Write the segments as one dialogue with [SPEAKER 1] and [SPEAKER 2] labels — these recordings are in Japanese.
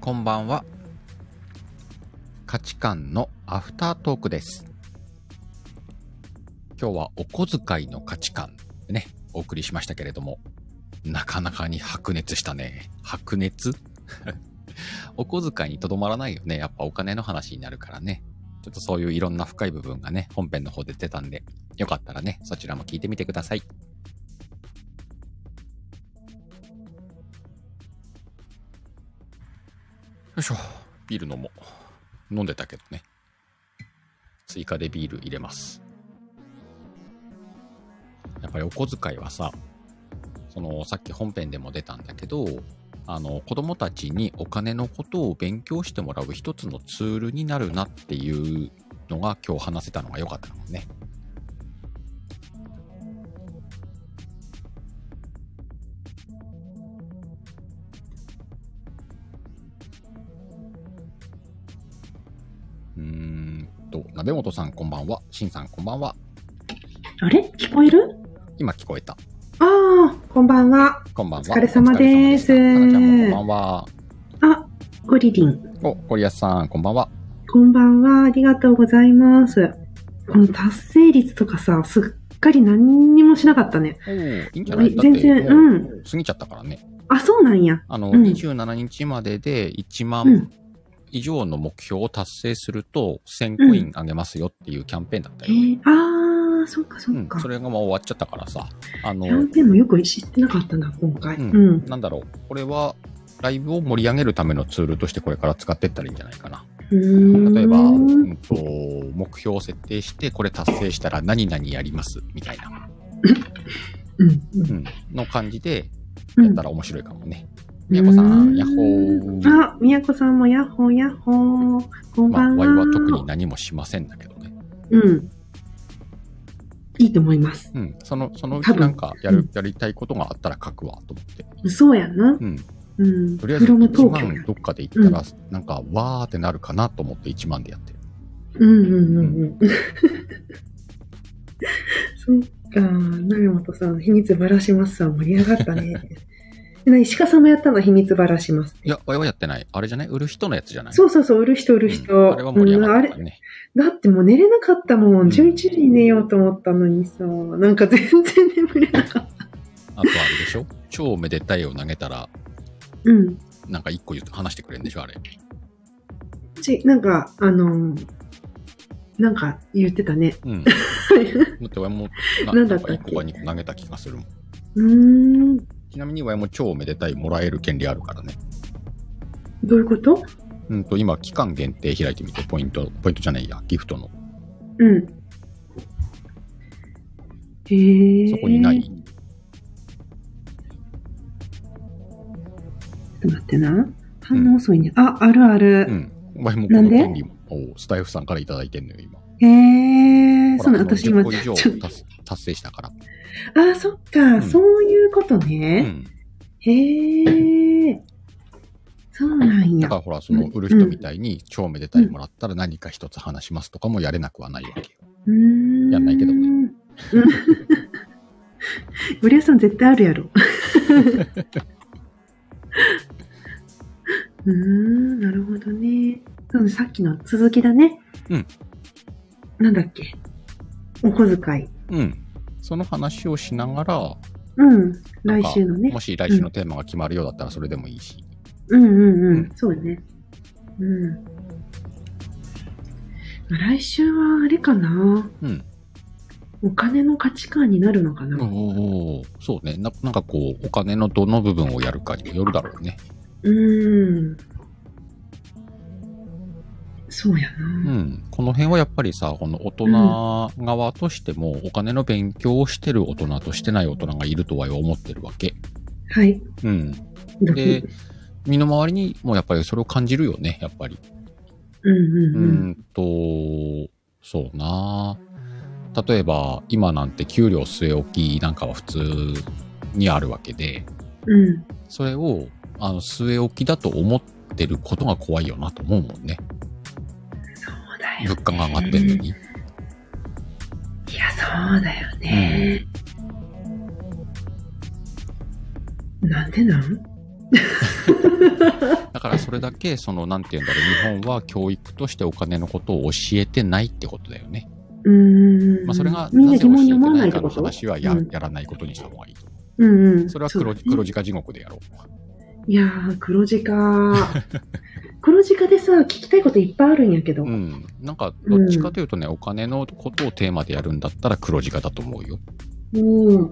[SPEAKER 1] こんばんは。価値観のアフタートークです。今日はお小遣いの価値観でね、お送りしましたけれども、なかなかに白熱したね。白熱 お小遣いにとどまらないよね。やっぱお金の話になるからね。ちょっとそういういろんな深い部分がね、本編の方で出たんで、よかったらね、そちらも聞いてみてください。よいしょ。ビール飲もう。飲んでたけどね。追加でビール入れます。やっぱりお小遣いはさ、そのさっき本編でも出たんだけど、あの子供たちにお金のことを勉強してもらう一つのツールになるなっていうのが今日話せたのが良かったもんね。うーんと、鍋本さんこんばんは。しんさんこんばんは。
[SPEAKER 2] あれ聞こえる
[SPEAKER 1] 今聞こえた。
[SPEAKER 2] ああ、こんばんは。
[SPEAKER 1] こんばんは。
[SPEAKER 2] お疲れ様です
[SPEAKER 1] お疲れ様でしたかなちゃんもこんばんは。
[SPEAKER 2] あ、ゴリリン。
[SPEAKER 1] お、ゴリアスさん、こんばんは。
[SPEAKER 2] こんばんは。ありがとうございます。この達成率とかさ、すっかり何にもしなかったね。
[SPEAKER 1] おーいいんじゃない
[SPEAKER 2] うん全然
[SPEAKER 1] だっても
[SPEAKER 2] う
[SPEAKER 1] 過ぎちゃったからね。
[SPEAKER 2] あ、そうなんや。
[SPEAKER 1] あの、
[SPEAKER 2] うん
[SPEAKER 1] 27日までで1
[SPEAKER 2] う
[SPEAKER 1] 万
[SPEAKER 2] ん。
[SPEAKER 1] 以上の目標を達成すると1000コインあげますよっていうキャンペーンだった
[SPEAKER 2] え
[SPEAKER 1] よ。
[SPEAKER 2] ー、ああ、そっかそ
[SPEAKER 1] うん
[SPEAKER 2] っか。
[SPEAKER 1] それがもう終わっちゃったからさ。あの
[SPEAKER 2] キ、ャンペーンもよく知ってなかったな、今回。
[SPEAKER 1] う
[SPEAKER 2] うんん。
[SPEAKER 1] なんだろう。これは、ライブを盛り上げるためのツールとしてこれから使っていったらいいんじゃないかな。
[SPEAKER 2] うーん
[SPEAKER 1] 例えば、うんと、目標を設定して、これ達成したら何々やります、みたいな、
[SPEAKER 2] う
[SPEAKER 1] う
[SPEAKER 2] ん。
[SPEAKER 1] ん、の感じで
[SPEAKER 2] う
[SPEAKER 1] やっ
[SPEAKER 2] ん
[SPEAKER 1] た。ら面白いかもね。宮子さん
[SPEAKER 2] う
[SPEAKER 1] ヤッホー
[SPEAKER 2] あ、みやこさんもヤッホー、ヤッホー。こん
[SPEAKER 1] ま
[SPEAKER 2] ば
[SPEAKER 1] あ、
[SPEAKER 2] ん
[SPEAKER 1] ワ
[SPEAKER 2] は。
[SPEAKER 1] イは特に何もしませんだけどね。
[SPEAKER 2] うん。いいと思います。
[SPEAKER 1] うん、その、そのうち
[SPEAKER 2] 多分
[SPEAKER 1] なんかやる、
[SPEAKER 2] うん
[SPEAKER 1] やりたいことがあったら書くわ、と思って。
[SPEAKER 2] そうやな。
[SPEAKER 1] うん。
[SPEAKER 2] うん。
[SPEAKER 1] とりあえず
[SPEAKER 2] フロム
[SPEAKER 1] 1
[SPEAKER 2] 東京
[SPEAKER 1] 万
[SPEAKER 2] や。
[SPEAKER 1] どっかで行ったら、なんか、わーってなるかなと思って1万でやってる。
[SPEAKER 2] うんうんうん うん。そっか、鍋本さん、秘密ばらしますわ、盛り上がったね。 な石川さんもやったの、秘密ばらします。
[SPEAKER 1] いや、ワイはやってない。あれじゃない売る人のやつじゃない、
[SPEAKER 2] そううそうそう、売る人、売る人。
[SPEAKER 1] うんあれは盛り上がった
[SPEAKER 2] うん
[SPEAKER 1] か
[SPEAKER 2] あ
[SPEAKER 1] らね。
[SPEAKER 2] れだってもう寝れなかったも
[SPEAKER 1] うん
[SPEAKER 2] ん。11時に寝ようと思ったのにさ、なんか全然眠れなか
[SPEAKER 1] あ
[SPEAKER 2] った。
[SPEAKER 1] とあれでしょ超めでたいを投げたら、
[SPEAKER 2] うん。
[SPEAKER 1] なんか1個言うと話してくれるんでしょあれ。
[SPEAKER 2] ち、なんか、あのーなんか言ってたね。
[SPEAKER 1] うん。だってワイもな
[SPEAKER 2] なん
[SPEAKER 1] なん
[SPEAKER 2] だっ
[SPEAKER 1] か
[SPEAKER 2] たっけ
[SPEAKER 1] 1個か2個投げた気がするもん。
[SPEAKER 2] うーん。
[SPEAKER 1] ちなみにワイも超めでたいもらえる権利あるからね。
[SPEAKER 2] どういうこと
[SPEAKER 1] うんと、今、期間限定開いてみて、ポイント、ポイントじゃないや、ギフトの。
[SPEAKER 2] うん。へえ。
[SPEAKER 1] そこにない。
[SPEAKER 2] ちょっと待ってな。反応遅いね。あ、あるあ
[SPEAKER 1] う
[SPEAKER 2] る。
[SPEAKER 1] ん。ワイもこ
[SPEAKER 2] な
[SPEAKER 1] の
[SPEAKER 2] んで
[SPEAKER 1] 権利も、おスタイフさんからいただいてんのよ、今。
[SPEAKER 2] へえ、そうな
[SPEAKER 1] ほ
[SPEAKER 2] の、
[SPEAKER 1] らあの
[SPEAKER 2] 私今、
[SPEAKER 1] 10個以上
[SPEAKER 2] ちょっと。
[SPEAKER 1] 達達成したから。
[SPEAKER 2] あ、そっか、
[SPEAKER 1] うん
[SPEAKER 2] そういうこと
[SPEAKER 1] う
[SPEAKER 2] ね。
[SPEAKER 1] ん。
[SPEAKER 2] へえ、そうなん
[SPEAKER 1] だ
[SPEAKER 2] や
[SPEAKER 1] か。らほら、その、売る人みたいに、超めでたいもらったら何か一つ話しますとかもやれなくはないわけよ。
[SPEAKER 2] うーん。
[SPEAKER 1] やんないけどね
[SPEAKER 2] うん。 ゴリアスさん絶対あるやろ。 うーん、なるほどね。そうねさっきの続きだね。
[SPEAKER 1] うん。
[SPEAKER 2] なんだっけ。お小遣い。
[SPEAKER 1] うん。その話をしながら、
[SPEAKER 2] うん。
[SPEAKER 1] なん
[SPEAKER 2] 来
[SPEAKER 1] か
[SPEAKER 2] 週のね。
[SPEAKER 1] もし来週のテーマが決まるようだったらそれでもいいし。
[SPEAKER 2] うんうん
[SPEAKER 1] う
[SPEAKER 2] うんん、そうね。うん。来週はあれかな
[SPEAKER 1] うん。
[SPEAKER 2] お金の価値観になるのかなうん、
[SPEAKER 1] おおそうねな。なんかこう、お金のどの部分をやるかにもよるだろうね。
[SPEAKER 2] ん。そうや
[SPEAKER 1] う
[SPEAKER 2] な。
[SPEAKER 1] ん。この辺はやっぱりさ、この大人側としても、お金の勉強をしてる大人としてない大人がいるとは思ってるわけ。
[SPEAKER 2] はい。
[SPEAKER 1] うん。
[SPEAKER 2] ドキ
[SPEAKER 1] で
[SPEAKER 2] ッ、
[SPEAKER 1] 身の回りにもやっぱりそれを感じるよね、やっぱり。
[SPEAKER 2] う
[SPEAKER 1] うー
[SPEAKER 2] んうんうん。
[SPEAKER 1] んと、そうな例えば、今なんて給料据え置きなんかは普通にあるわけで、
[SPEAKER 2] うん。
[SPEAKER 1] それを、あの、据え置きだと思ってることが怖いよなと思うもんね。
[SPEAKER 2] そうだよ
[SPEAKER 1] 物。価が上がってんのに。
[SPEAKER 2] いや、そうだよね。なんでなん
[SPEAKER 1] だからそれだけ、その、なんて言うんだろう、日本は教育としてお金のことを教えてないってことだよね。
[SPEAKER 2] うーん。
[SPEAKER 1] まあ、それが、
[SPEAKER 2] みん
[SPEAKER 1] な
[SPEAKER 2] な
[SPEAKER 1] ぜ教
[SPEAKER 2] 疑問
[SPEAKER 1] え
[SPEAKER 2] に
[SPEAKER 1] て
[SPEAKER 2] 思わな
[SPEAKER 1] ないい
[SPEAKER 2] って
[SPEAKER 1] かの
[SPEAKER 2] こと
[SPEAKER 1] 話はや
[SPEAKER 2] うん
[SPEAKER 1] やらないことにした方がいいと思
[SPEAKER 2] うんうん。
[SPEAKER 1] う。それは黒
[SPEAKER 2] そうだね
[SPEAKER 1] 黒字化地獄でやろう。
[SPEAKER 2] いやー、黒字か。 黒字化でさ、聞きたいこといっぱいあるんやけど。
[SPEAKER 1] うん。なんか、どっちかというとね、お金のことをテーマでやるんだったら黒字化だと思うよ。
[SPEAKER 2] うん。うん。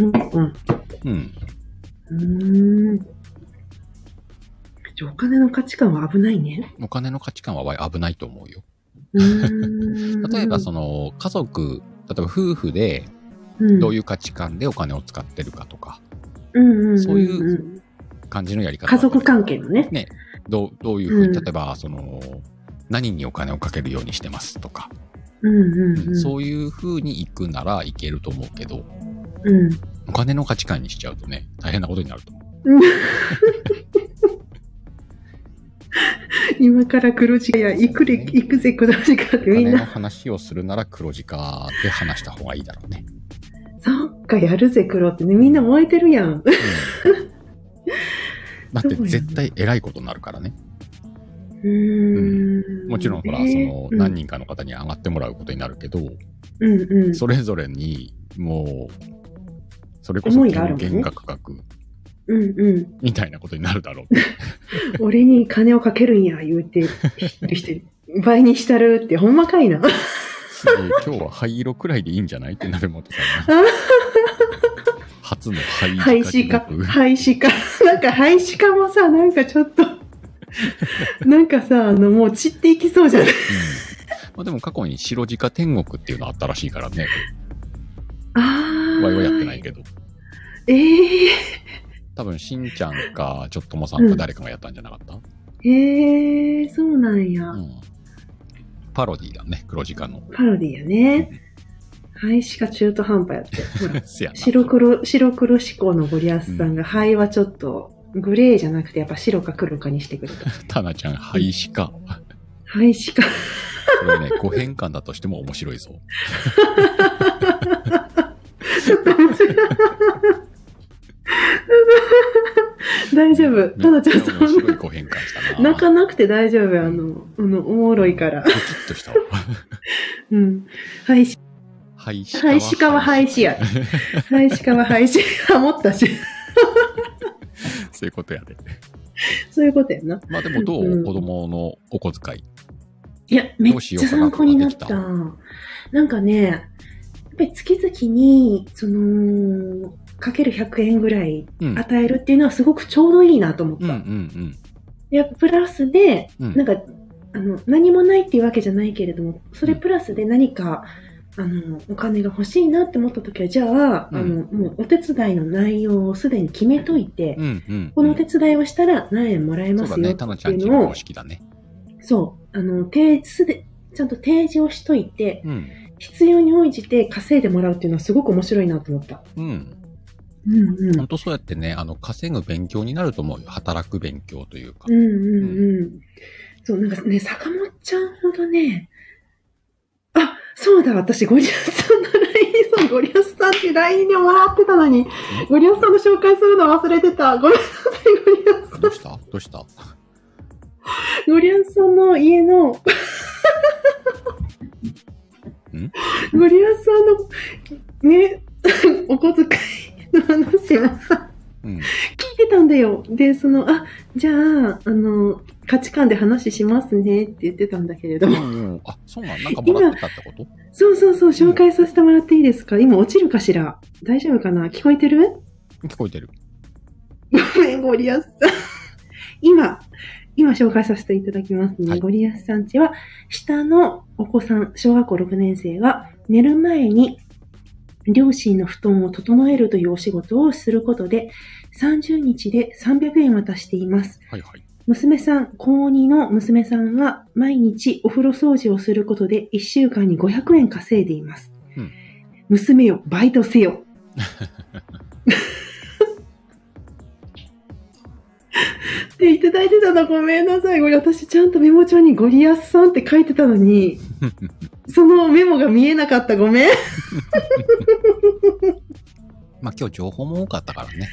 [SPEAKER 2] うん。
[SPEAKER 1] うん。
[SPEAKER 2] うーん。じゃあお金の価値観は危ないね。
[SPEAKER 1] お金の価値観は危ないと思うよ。
[SPEAKER 2] うーん
[SPEAKER 1] 例えば、その、家族、例えば夫婦で、
[SPEAKER 2] うん
[SPEAKER 1] どういう価値観でお金を使ってるかとか、
[SPEAKER 2] うんうんんん
[SPEAKER 1] そういう感じのやり方。
[SPEAKER 2] 家族関係のね。
[SPEAKER 1] ね、どう、どういうふうに、
[SPEAKER 2] うん
[SPEAKER 1] 例えば、その、何にお金をかけるようにしてますとか、
[SPEAKER 2] うんうんうん。
[SPEAKER 1] そういうふうに行くならいけると思うけど、
[SPEAKER 2] うん。
[SPEAKER 1] お金の価値観にしちゃうとね、大変なことになると思う。
[SPEAKER 2] 今から黒字化や、行くで、
[SPEAKER 1] そうね
[SPEAKER 2] 行くぜ黒字化って
[SPEAKER 1] お
[SPEAKER 2] み
[SPEAKER 1] 金の
[SPEAKER 2] んな、
[SPEAKER 1] 話をするなら黒字化で話した方がいいだろうね。
[SPEAKER 2] そっか、やるぜ黒ってね、みんな燃えてるやん。
[SPEAKER 1] うんだって
[SPEAKER 2] そうよ
[SPEAKER 1] 絶対偉いことになるからね。
[SPEAKER 2] うーん。
[SPEAKER 1] もちろんほら、
[SPEAKER 2] え
[SPEAKER 1] そ
[SPEAKER 2] ー
[SPEAKER 1] の何人かの方に上がってもらうことになるけど、
[SPEAKER 2] うんうんうん。
[SPEAKER 1] それぞれにもう、それこそ
[SPEAKER 2] 思いがあるもんね
[SPEAKER 1] 減額額
[SPEAKER 2] うんうん。
[SPEAKER 1] みたいなことになるだろう
[SPEAKER 2] 俺に金をかけるんや、言うて、る人、倍にしたるって、ほんまかいな。
[SPEAKER 1] すごい今日は灰色くらいでいいんじゃないってなるもんさん が初の灰色
[SPEAKER 2] 廃止か、廃止か。 なんか廃止かもさ、なんかちょっと、 なんかさ、あの、もう散っていきそ うじゃない
[SPEAKER 1] まあでも過去に白鹿天国っていうのあったらしいからね。
[SPEAKER 2] ああ。
[SPEAKER 1] ワイはやってないけど。
[SPEAKER 2] ええ
[SPEAKER 1] 多分、しんちゃんか、ちょっともさんか誰かがやったんじゃなかった、
[SPEAKER 2] ええそうなんや。
[SPEAKER 1] うんパロディだね、黒鹿の。。
[SPEAKER 2] パロディやね。廃止か中途半端やって。ほら
[SPEAKER 1] せやな。
[SPEAKER 2] 白黒、白黒志向のゴリアスさんが、灰はちょっと、グレーじゃなくて、やっぱ白か黒かにしてくれた。
[SPEAKER 1] タナちゃん、廃止か。
[SPEAKER 2] 廃止か。
[SPEAKER 1] これね、5変換だとしても面白いぞ。
[SPEAKER 2] 大丈夫。ただちゃん、
[SPEAKER 1] め
[SPEAKER 2] そ
[SPEAKER 1] っ面
[SPEAKER 2] ん
[SPEAKER 1] 白
[SPEAKER 2] な。
[SPEAKER 1] い5変換したな。
[SPEAKER 2] 泣かなくて大丈夫。あの、あの、おもろいから
[SPEAKER 1] ド。キッとした わ。
[SPEAKER 2] うん。廃止。
[SPEAKER 1] 廃止
[SPEAKER 2] 廃止かは廃止や。廃止かは廃止。 ハモったし。
[SPEAKER 1] そういうことやで。
[SPEAKER 2] そういうことやな。
[SPEAKER 1] まあでもどう、
[SPEAKER 2] うん
[SPEAKER 1] 子供のお小遣い。
[SPEAKER 2] いや、めっ
[SPEAKER 1] どうし
[SPEAKER 2] ち
[SPEAKER 1] よ
[SPEAKER 2] ゃ
[SPEAKER 1] うかな
[SPEAKER 2] 参考になった。
[SPEAKER 1] とか
[SPEAKER 2] なんかね、やっぱり月々に、その、かける100円ぐらい
[SPEAKER 1] うん。
[SPEAKER 2] 与えるっていうのはすごくちょうどいいなと思っ
[SPEAKER 1] うんうんう
[SPEAKER 2] た。
[SPEAKER 1] ん。
[SPEAKER 2] いや、プラスで、
[SPEAKER 1] うん
[SPEAKER 2] なんか、あの、何もないっていうわけじゃないけれども、それプラスで何か、あの、お金が欲しいなって思った時は、じゃあ、
[SPEAKER 1] うん
[SPEAKER 2] あの、もうお手伝いの内容をすでに決めといて、
[SPEAKER 1] うんうんうん。
[SPEAKER 2] このお手伝いをしたら何円もらえま
[SPEAKER 1] そう
[SPEAKER 2] す
[SPEAKER 1] だ
[SPEAKER 2] よ
[SPEAKER 1] ね、
[SPEAKER 2] って
[SPEAKER 1] タナちゃ
[SPEAKER 2] い
[SPEAKER 1] んち
[SPEAKER 2] う
[SPEAKER 1] の
[SPEAKER 2] のを
[SPEAKER 1] 方、式だね。
[SPEAKER 2] そう、あの、提示すで、ちゃんと提示をしといて、
[SPEAKER 1] うん。
[SPEAKER 2] 必要に応じて稼いでもらうっていうのはすごく面白いなと思った。
[SPEAKER 1] うん。
[SPEAKER 2] うんうん。
[SPEAKER 1] ほんとそうやってね、あの、稼ぐ勉強になると思うよ。働く勉強というか
[SPEAKER 2] う。んうんうん。そう、なんかね、坂本ちゃんほどね、あ、そうだ、私、ゴリアスさんの LINE、そう、ゴリアスさんって LINE でもらってたのに、ゴリアスさんの紹介するの忘れてた。ごめんなさい、ゴリアス
[SPEAKER 1] どうしたどうした
[SPEAKER 2] ゴリアスさんの家の、ゴリアスさんの、ね、 お小遣いの話をさ、
[SPEAKER 1] うん。
[SPEAKER 2] 聞いてたんだよ。で、その、あ、じゃあ、あの、価値観で話しますねって言ってたんだけれど
[SPEAKER 1] う
[SPEAKER 2] も、
[SPEAKER 1] んうん。あ、そうなんなんかもらってたってこと
[SPEAKER 2] そうそうそう、紹介させてもらっていいですか今落ちるかしら大丈夫かな聞こえてる
[SPEAKER 1] 聞こえてる。
[SPEAKER 2] ごめん、 ゴリアスさん。今、今紹介させていただきますね。
[SPEAKER 1] はい
[SPEAKER 2] ゴリアスさんちは、下のお子さん、小学校6年生は、寝る前に、両親の布団を整えるというお仕事をすることで、30日で300円渡しています。
[SPEAKER 1] はいはい。
[SPEAKER 2] 娘さん、高2の娘さんは毎日お風呂掃除をすることで1週間に500円稼いでいます。
[SPEAKER 1] うん
[SPEAKER 2] 娘よ、バイトせよ。っていただいてたのごめんなさい。これ私ちゃんとメモ帳にゴリアスさんって書いてたのに、そのメモが見えなかったごめん。
[SPEAKER 1] まあ今日情報も多かったからね。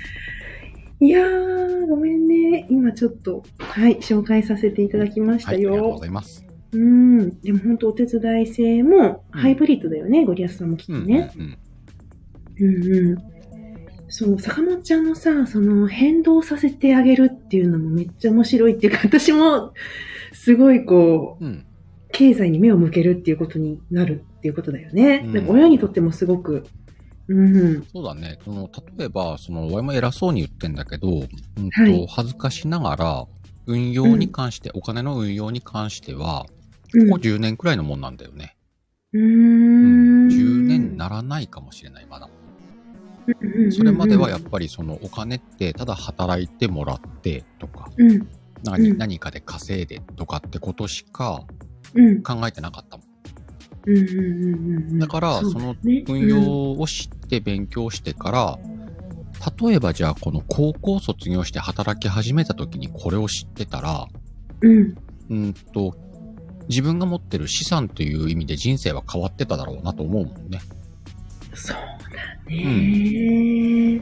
[SPEAKER 2] いいやー、ごめんね。今ちょっと、はい、紹介させていただきまし
[SPEAKER 1] はい、
[SPEAKER 2] た
[SPEAKER 1] ありがとう
[SPEAKER 2] よ。
[SPEAKER 1] ございます。
[SPEAKER 2] うん。でも本当お手伝い制も、ハイブリッドだよね、ゴリアスさんもきっと
[SPEAKER 1] うん、
[SPEAKER 2] ね。
[SPEAKER 1] うんうん。
[SPEAKER 2] うんうん。そう、坂本ちゃんのさ、その変動させてあげるっていうのもめっちゃ面白いっていうか、私もすごいこう、
[SPEAKER 1] うん、
[SPEAKER 2] 経済に目を向けるっていうことになるっていうことだよね。
[SPEAKER 1] うん
[SPEAKER 2] なんか親にとってもすごく、うん、
[SPEAKER 1] そうだね。その例えば、その、ワイも偉そうに言ってんだけど、うんと
[SPEAKER 2] はい
[SPEAKER 1] 恥ずかしながら、運用に関して、お金の運用に関しては、
[SPEAKER 2] うん。
[SPEAKER 1] もう10年くらいのもんなんだよね。
[SPEAKER 2] うー
[SPEAKER 1] うん
[SPEAKER 2] ん。
[SPEAKER 1] 10年ならないかもしれない、まだ。
[SPEAKER 2] うんうんうんうん、
[SPEAKER 1] それまではやっぱりそのお金ってただ働いてもらってとか、
[SPEAKER 2] うん、う
[SPEAKER 1] 何
[SPEAKER 2] ん
[SPEAKER 1] 何かで稼いでとかってことしか
[SPEAKER 2] うん、
[SPEAKER 1] 考えてなかったもん。
[SPEAKER 2] うん、うんうんうん。
[SPEAKER 1] だから、
[SPEAKER 2] そう
[SPEAKER 1] その
[SPEAKER 2] ね
[SPEAKER 1] 運用を知って勉強してから、例えばじゃあこの高校卒業して働き始めた時にこれを知ってたら、
[SPEAKER 2] うん、
[SPEAKER 1] うんと、自分が持ってる資産という意味で人生は変わってただろうなと思うもんね。
[SPEAKER 2] そうだね、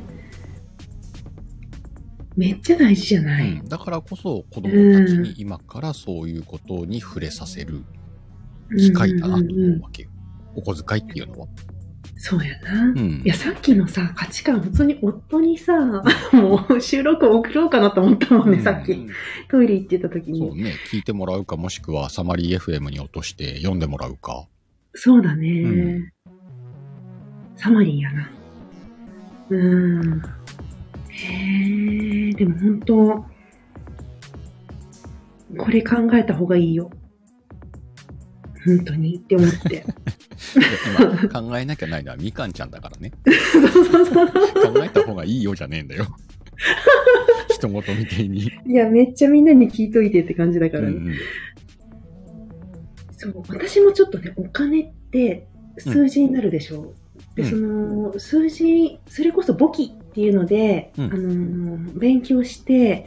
[SPEAKER 2] めっちゃ大事じゃない、
[SPEAKER 1] うん、だからこそ子供たちに今からそういうことに触れさせる機会だなと思うわけよ。お小遣いっていうのは。
[SPEAKER 2] そうやな。
[SPEAKER 1] うん
[SPEAKER 2] いや、さっきのさ、価値観、普通に夫にさ、 もう収録を送ろうかなと思ったもんね、さっ
[SPEAKER 1] う
[SPEAKER 2] き。
[SPEAKER 1] ん
[SPEAKER 2] トイレ行ってた時
[SPEAKER 1] そう
[SPEAKER 2] に。
[SPEAKER 1] ね。聞いてもらうか、もしくはサマリー FM に落として読んでもらうか。
[SPEAKER 2] そうだね、
[SPEAKER 1] うん
[SPEAKER 2] サマリーやな。うーん。へえ、でも本当、これ考えた方がいいよ。本当にって思って。
[SPEAKER 1] で今、考えなきゃないのはみかんちゃんだからね。
[SPEAKER 2] そうそうそう。
[SPEAKER 1] 考えた方がいいよじゃねえんだよ。人ごとみてえに。
[SPEAKER 2] いや、めっちゃみんなに聞いといてって感じだか
[SPEAKER 1] う
[SPEAKER 2] ら
[SPEAKER 1] ん
[SPEAKER 2] ね。
[SPEAKER 1] うん
[SPEAKER 2] そう、私もちょっとね、お金って数字になるでしょう。で、
[SPEAKER 1] うん
[SPEAKER 2] その、数字、それこそ簿記っていうので、
[SPEAKER 1] うん
[SPEAKER 2] あのー、勉強して、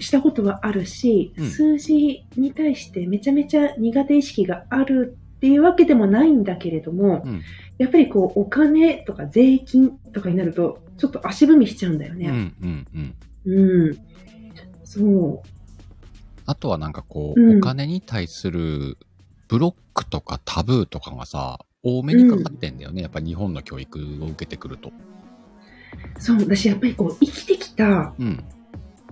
[SPEAKER 2] したことはあるし、
[SPEAKER 1] うん
[SPEAKER 2] 数字に対してめちゃめちゃ苦手意識があるっていうわけでもないんだけれども、
[SPEAKER 1] うん
[SPEAKER 2] やっぱりこう、お金とか税金とかになると、ちょっと足踏みしちゃうんだよ
[SPEAKER 1] うんう
[SPEAKER 2] ね。
[SPEAKER 1] んうん。
[SPEAKER 2] うん。そう。
[SPEAKER 1] あとはなんかこう、
[SPEAKER 2] うん
[SPEAKER 1] お金に対するブロックとかタブーとかがさ、多めにかかってんだよね。やっぱ日本の教育を受けてくると。
[SPEAKER 2] そう。私、やっぱりこう、生きてきた
[SPEAKER 1] うん。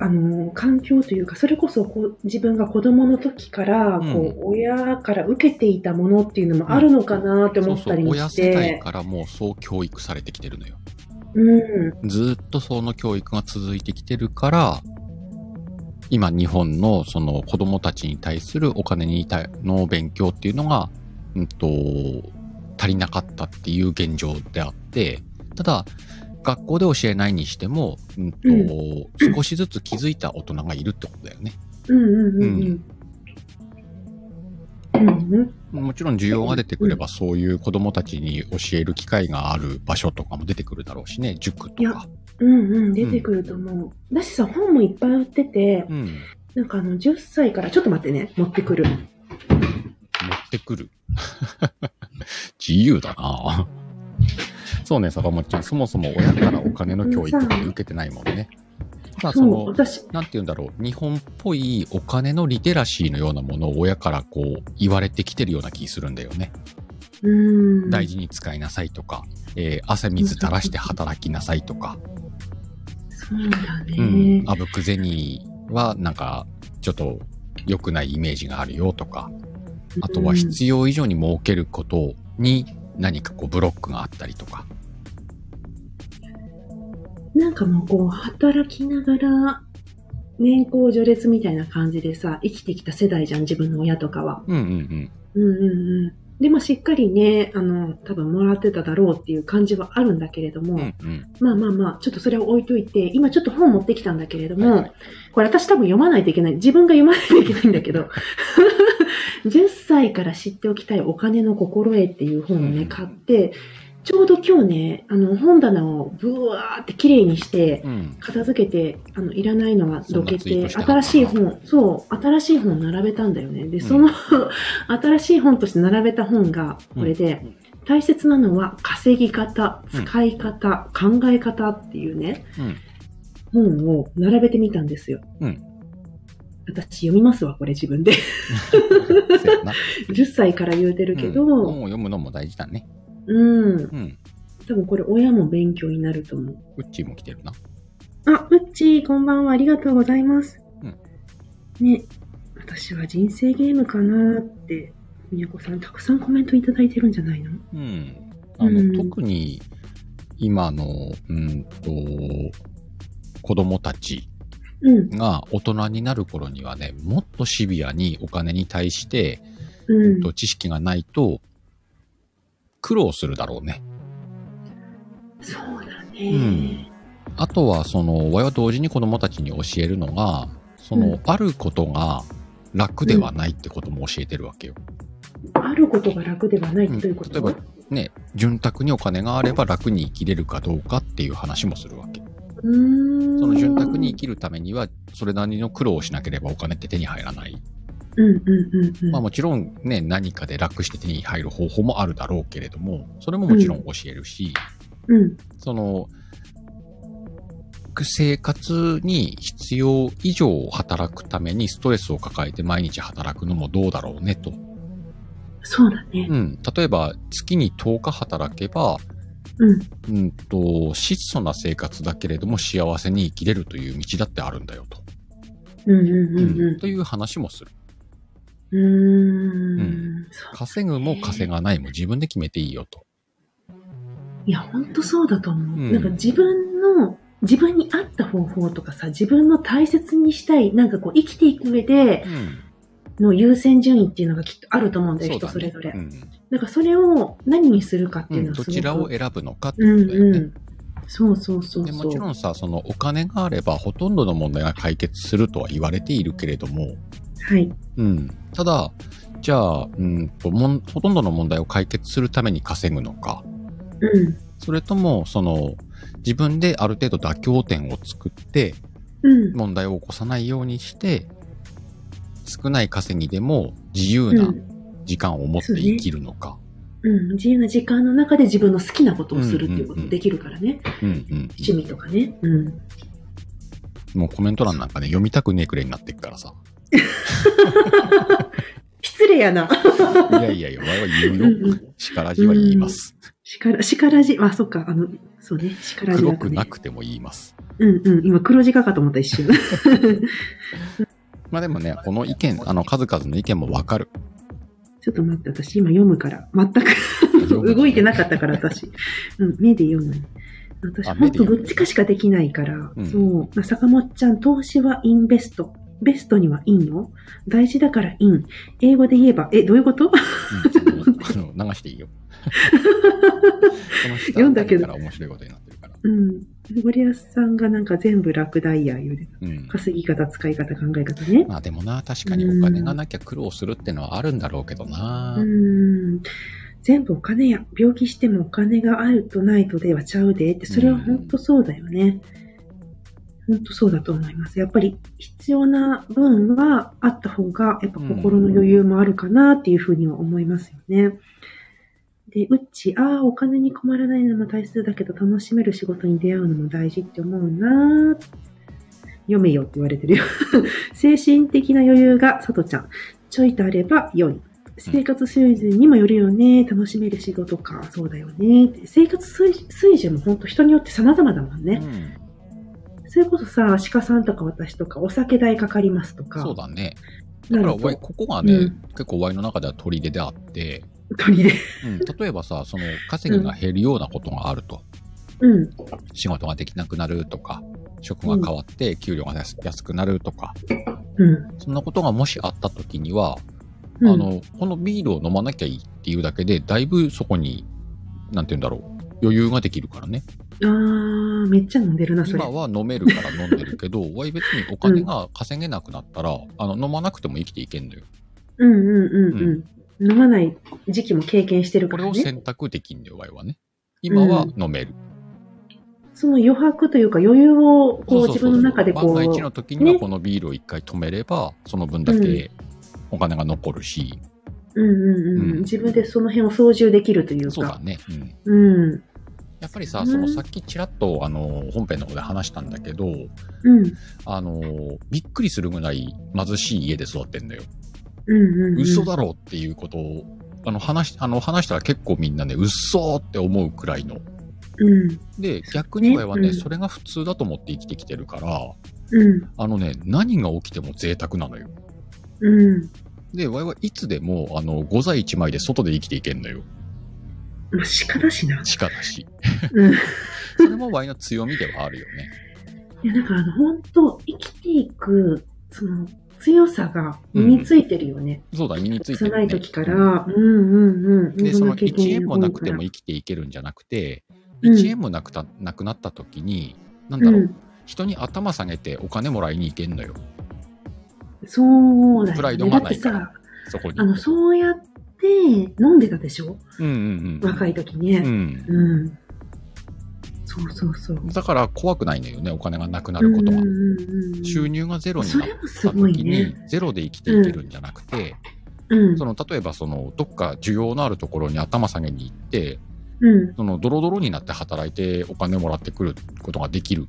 [SPEAKER 2] あの環境というかそれこそこう自分が子どもの時から、
[SPEAKER 1] うん
[SPEAKER 2] こう親から受けていたものっていうのもあるのかなって
[SPEAKER 1] そ
[SPEAKER 2] 思
[SPEAKER 1] う
[SPEAKER 2] っ
[SPEAKER 1] そ
[SPEAKER 2] た
[SPEAKER 1] う
[SPEAKER 2] り。も
[SPEAKER 1] 親
[SPEAKER 2] し
[SPEAKER 1] 世代
[SPEAKER 2] て
[SPEAKER 1] からもうそう教育されてきてるのよ。
[SPEAKER 2] うん
[SPEAKER 1] ずーっとその教育が続いてきてるから、今日本のその子供たちに対するお金に対の勉強っていうのが、うんと、足りなかったっていう現状であって、ただ、学校で教えないにしても、うんと、少しずつ気づいた大人がいるってことだよね。
[SPEAKER 2] うんうんうんうんうんうん
[SPEAKER 1] もちろん需要が出てくれば、そういう子供たちに教える機会がある場所とかも出てくるだろうしね、塾と
[SPEAKER 2] いや
[SPEAKER 1] か。
[SPEAKER 2] うんうん出てくると思うだしさ本もいっぱい売ってて
[SPEAKER 1] うん。持
[SPEAKER 2] なんかあの10歳からちょっと待ってね持ってくる
[SPEAKER 1] ってくる。 自由だなそうね、坂本ちゃん。そもそも親からお金の教育って受けてないもんね。ただそ
[SPEAKER 2] そう
[SPEAKER 1] の、
[SPEAKER 2] 私
[SPEAKER 1] なんて言うんだろう、日本っぽいお金のリテラシーのようなものを親からこう言われてきてるような気するんだよね。
[SPEAKER 2] うん
[SPEAKER 1] 大事に使いなさいとか、えー汗水垂らして働きなさいとか、
[SPEAKER 2] そうだね、
[SPEAKER 1] うん、あぶく銭はなんかちょっと良くないイメージがあるよとか、あとは必要以上に儲けることに何かこうブロックがあったりとか。
[SPEAKER 2] なんかもうこう働きながら年功序列みたいな感じでさ生きてきた世代じゃん自分の親とかは。
[SPEAKER 1] うんうん
[SPEAKER 2] うんうんうん。でもしっかりねあの多分もらってただろうっていう感じはあるんだけれども、
[SPEAKER 1] うん。うんうん。
[SPEAKER 2] まあまあまあちょっとそれを置いといて今ちょっと本持ってきたんだけれども、
[SPEAKER 1] はいはい
[SPEAKER 2] これ私多分読まないといけない自分が読まないといけないんだけど 10歳から知っておきたいお金の心得っていう本を
[SPEAKER 1] う
[SPEAKER 2] ね
[SPEAKER 1] ん
[SPEAKER 2] 買ってちょうど今日ねあの本棚をブワーって綺麗にして、
[SPEAKER 1] うん。
[SPEAKER 2] 片付けてあのいらないのは
[SPEAKER 1] そ
[SPEAKER 2] どけ
[SPEAKER 1] んな
[SPEAKER 2] て
[SPEAKER 1] ツイートしてはったな
[SPEAKER 2] 新しい本そう新しい本を並べたんだよねでその、 新しい本として並べた本がこれで、大切なのは稼ぎ方
[SPEAKER 1] うん
[SPEAKER 2] 使い方、考え方っていうね
[SPEAKER 1] うん
[SPEAKER 2] 本を並べてみたんですよ。
[SPEAKER 1] うん
[SPEAKER 2] 私読みますわ、これ自分で。
[SPEAKER 1] そうやな。
[SPEAKER 2] 10歳から言うてるけど、
[SPEAKER 1] うん本
[SPEAKER 2] う
[SPEAKER 1] を読むのも大事だね。
[SPEAKER 2] ん、
[SPEAKER 1] うん。
[SPEAKER 2] 多分これ親も勉強になると思う。
[SPEAKER 1] うっちーも来てるな。
[SPEAKER 2] あ、うっちー、こんばんは、ありがとうございます。
[SPEAKER 1] うん
[SPEAKER 2] ね、私は人生ゲームかなーって、みやこさん、たくさんコメントいただいてるんじゃないの
[SPEAKER 1] うん。あの、
[SPEAKER 2] うん
[SPEAKER 1] 特に、今の、うんと、子供たち
[SPEAKER 2] うん、
[SPEAKER 1] が大人になる頃にはね、もっとシビアにお金に対して、
[SPEAKER 2] うん。
[SPEAKER 1] と知識がないと、苦労するだろうね。
[SPEAKER 2] そうだね
[SPEAKER 1] んあとは、その、親は同時に子供たちに教えるのが、その、
[SPEAKER 2] うん
[SPEAKER 1] あることが楽ではないってことも教えてるわけよ。
[SPEAKER 2] あることが楽ではない
[SPEAKER 1] うん
[SPEAKER 2] ということ
[SPEAKER 1] 例えばね、潤沢にお金があれば楽に生きれるかどうかっていう話もするわけ。
[SPEAKER 2] うーん。
[SPEAKER 1] その潤沢に生きるためには、それなりの苦労をしなければお金って手に入らない。
[SPEAKER 2] うんうんうんうん。
[SPEAKER 1] まあもちろんね、何かで楽して手に入る方法もあるだろうけれども、それももちろん教えるし、
[SPEAKER 2] うん。
[SPEAKER 1] その、生活に必要以上働くためにストレスを抱えて毎日働くのもどうだろうねと。
[SPEAKER 2] そうだね。
[SPEAKER 1] うん。例えば、月に10日働けば、
[SPEAKER 2] うん。
[SPEAKER 1] うんと、質素な生活だけれども幸せに生きれるという道だってあるんだよと。
[SPEAKER 2] うんうんうんうん。
[SPEAKER 1] という話もする。
[SPEAKER 2] うーん。そう
[SPEAKER 1] 稼ぐも稼がないも自分で決めていいよと。
[SPEAKER 2] いや、ほんとそうだと思う。
[SPEAKER 1] うん
[SPEAKER 2] なんか自分の、自分に合った方法とかさ、自分の大切にしたい、なんかこう、生きていく上での優先順位っていうのがきっとあると思うんだよ、
[SPEAKER 1] そう
[SPEAKER 2] 人
[SPEAKER 1] だ
[SPEAKER 2] それ
[SPEAKER 1] ね
[SPEAKER 2] ぞれ。。
[SPEAKER 1] うん
[SPEAKER 2] なんかそれを何にするかっていううんのはす
[SPEAKER 1] ど
[SPEAKER 2] ごく、
[SPEAKER 1] ちらを選ぶのかってこと
[SPEAKER 2] うん
[SPEAKER 1] だよね。
[SPEAKER 2] うん。そうそうそう
[SPEAKER 1] で
[SPEAKER 2] そう。
[SPEAKER 1] もちろんさ、そのお金があればほとんどの問題が解決するとは言われているけれども、
[SPEAKER 2] はい。
[SPEAKER 1] うん。ただ、じゃあ、うんともんほとんどの問題を解決するために稼ぐのか、
[SPEAKER 2] うん。
[SPEAKER 1] それとも、その、自分である程度妥協点を作って、
[SPEAKER 2] うん。
[SPEAKER 1] 問題を起こさないようにして、少ない稼ぎでも自由
[SPEAKER 2] う
[SPEAKER 1] なん時間を持って生きるのか。
[SPEAKER 2] うん、自由な時間の中で自分の好きなことをするっていうこ
[SPEAKER 1] うんうんうん
[SPEAKER 2] とできるからね。
[SPEAKER 1] うんうん
[SPEAKER 2] 趣味とかね。うん。
[SPEAKER 1] うん。もうコメント欄なんかね、読みたくねえくらいになってくから さ。
[SPEAKER 2] 失礼やな。
[SPEAKER 1] いやいやいや、我は言
[SPEAKER 2] うん
[SPEAKER 1] う
[SPEAKER 2] う
[SPEAKER 1] よ。力じは言います。
[SPEAKER 2] しから、しからじ、あ、そっか、あの、そうね、しからじだ
[SPEAKER 1] 黒
[SPEAKER 2] と
[SPEAKER 1] く
[SPEAKER 2] ね
[SPEAKER 1] なくても言います。
[SPEAKER 2] うんうん、今黒字かかと思った 一瞬。
[SPEAKER 1] まあでもね、この意見、あの、数々の意見もわかる。
[SPEAKER 2] ちょっと待って、私今読むから。全
[SPEAKER 1] 読む
[SPEAKER 2] く動いてなかったから、私。うん、目で読む。私、
[SPEAKER 1] あ
[SPEAKER 2] ほ
[SPEAKER 1] 目
[SPEAKER 2] ん
[SPEAKER 1] で
[SPEAKER 2] と
[SPEAKER 1] 読む
[SPEAKER 2] どっちかしかできないから。
[SPEAKER 1] うん
[SPEAKER 2] そう。まあ坂本ちゃん、投資はインベスト。ベストにはインよ。大事だからイン。英語で言えば、え、どういうこと
[SPEAKER 1] うんちょっとあの、流して いいよ。この下
[SPEAKER 2] 読んだけど
[SPEAKER 1] あたりから面白いことになってるから。
[SPEAKER 2] うん。ゴリアスさんがなんか全部落第や言うで。
[SPEAKER 1] うん。
[SPEAKER 2] 稼ぎ方、使い方、考え方ね。
[SPEAKER 1] まあでもな、確かにお金がなきゃ苦労するってのはあるんだろうけどな。
[SPEAKER 2] うーん全部お金や病気してもお金があるとないとではちゃうでってそれは本当そうだよね本当そうだと思いますやっぱり必要な分はあった方がやっぱ心の余裕もあるかなっていうふうには思いますよねでうっちああお金に困らないのも大切だけど楽しめる仕事に出会うのも大事って思うな読めよって言われてるよ精神的な余裕がさとちゃんちょいとあれば良い生活水準にもよるよね、楽しめる仕事か、そうだよね。生活水水準も本当人によって様々だもん
[SPEAKER 1] う
[SPEAKER 2] ね。
[SPEAKER 1] ん。
[SPEAKER 2] それこそさ、鹿さんとか私とかお酒代かかりますとか。
[SPEAKER 1] そうだね。だ
[SPEAKER 2] な
[SPEAKER 1] から
[SPEAKER 2] る
[SPEAKER 1] おい、
[SPEAKER 2] と、
[SPEAKER 1] ここがね、
[SPEAKER 2] うん
[SPEAKER 1] 結構ワイの中では取り出であって、
[SPEAKER 2] 鳥で。
[SPEAKER 1] うん、例えばさ、その稼ぎが減るようなことがあると、
[SPEAKER 2] うん、
[SPEAKER 1] 仕事ができなくなるとか、職が変わって給料が安安くなるとか、
[SPEAKER 2] うん。
[SPEAKER 1] そんなことがもしあった時には、
[SPEAKER 2] うん
[SPEAKER 1] あ、の、このビールを飲まなきゃいいっていうだけで、だいぶそこに、なんて言うんだろう、余裕ができるからね。
[SPEAKER 2] あー、めっちゃ飲んでるな、それ
[SPEAKER 1] 今。は飲めるから飲んでるけど、わい別にお金が稼げなくなったら、あの、飲まなくても生きていけんのよ。
[SPEAKER 2] うんうんうんうん。飲まない時期も経験してる
[SPEAKER 1] こ
[SPEAKER 2] か
[SPEAKER 1] れ
[SPEAKER 2] ら
[SPEAKER 1] を
[SPEAKER 2] ね。
[SPEAKER 1] 選択できんのよ、わいはね。今は飲める。
[SPEAKER 2] その余白というか余裕をこう
[SPEAKER 1] そうそう
[SPEAKER 2] 自
[SPEAKER 1] そう
[SPEAKER 2] 分の中でこう。
[SPEAKER 1] 万が一の時には
[SPEAKER 2] ね
[SPEAKER 1] このビールを一回止めれば、その分だけお金が残るし、
[SPEAKER 2] うんうんうん。
[SPEAKER 1] うん
[SPEAKER 2] 自分でその辺を操縦できるというか。
[SPEAKER 1] そうだね。うん。
[SPEAKER 2] うん。
[SPEAKER 1] やっぱりさ、
[SPEAKER 2] うん
[SPEAKER 1] そのさっきちらっとあの本編の方で話したんだけど、
[SPEAKER 2] うん。
[SPEAKER 1] あの、びっくりするぐらい貧しい家で育ってんだよ。
[SPEAKER 2] うんうん、うん。
[SPEAKER 1] 嘘。だろうっていうことを、あの話し、あの話したら結構みんなね、嘘って思うくらいの。
[SPEAKER 2] うん。
[SPEAKER 1] で、逆に俺はね、
[SPEAKER 2] うん
[SPEAKER 1] それが普通だと思って生きてきてるから、
[SPEAKER 2] うん。
[SPEAKER 1] あのね、何が起きても贅沢なのよ。
[SPEAKER 2] うん。
[SPEAKER 1] で、我々はいつでも、あの、5歳1枚で外で生きていけんのよ。
[SPEAKER 2] まあ、鹿 だしな。
[SPEAKER 1] 地下だし。
[SPEAKER 2] うん。い
[SPEAKER 1] それもワイの強みではあるよね。
[SPEAKER 2] や、なんかあの、本当生きていく、その、強さが身についてるよね。
[SPEAKER 1] そうだ、身についてる、ね。
[SPEAKER 2] 幼い時から。うんうんうん。
[SPEAKER 1] で、
[SPEAKER 2] いろ
[SPEAKER 1] そ
[SPEAKER 2] ん
[SPEAKER 1] の
[SPEAKER 2] 経験
[SPEAKER 1] 1円もなくても
[SPEAKER 2] いい。
[SPEAKER 1] 生きていけるんじゃなくて、
[SPEAKER 2] うん
[SPEAKER 1] 1円もなくたなくなった時に、なんだ
[SPEAKER 2] う
[SPEAKER 1] ろう、
[SPEAKER 2] ん。
[SPEAKER 1] 人に頭下げてお金もらいに行けんのよ。
[SPEAKER 2] そうだよ、ね。
[SPEAKER 1] プライドがないから
[SPEAKER 2] だって
[SPEAKER 1] そ
[SPEAKER 2] さ、
[SPEAKER 1] こに。
[SPEAKER 2] あの、そうやって飲んでたでしょ
[SPEAKER 1] うんうんうん。
[SPEAKER 2] 若い時
[SPEAKER 1] う
[SPEAKER 2] ね。
[SPEAKER 1] ん。
[SPEAKER 2] うん。そうそうそう。
[SPEAKER 1] だから怖くないのよね、お金がなくなることは
[SPEAKER 2] うん。うんうんうん
[SPEAKER 1] 収入がゼロに
[SPEAKER 2] そ
[SPEAKER 1] なっ
[SPEAKER 2] れもす
[SPEAKER 1] た
[SPEAKER 2] ごい
[SPEAKER 1] 時に
[SPEAKER 2] ね。、
[SPEAKER 1] ゼロで生きていけるんじゃなくて、
[SPEAKER 2] うん
[SPEAKER 1] そ。の、例えばその、どっか需要のあるところに頭下げに行って、
[SPEAKER 2] うん。
[SPEAKER 1] その、ドロドロになって働いてお金もらってくることができる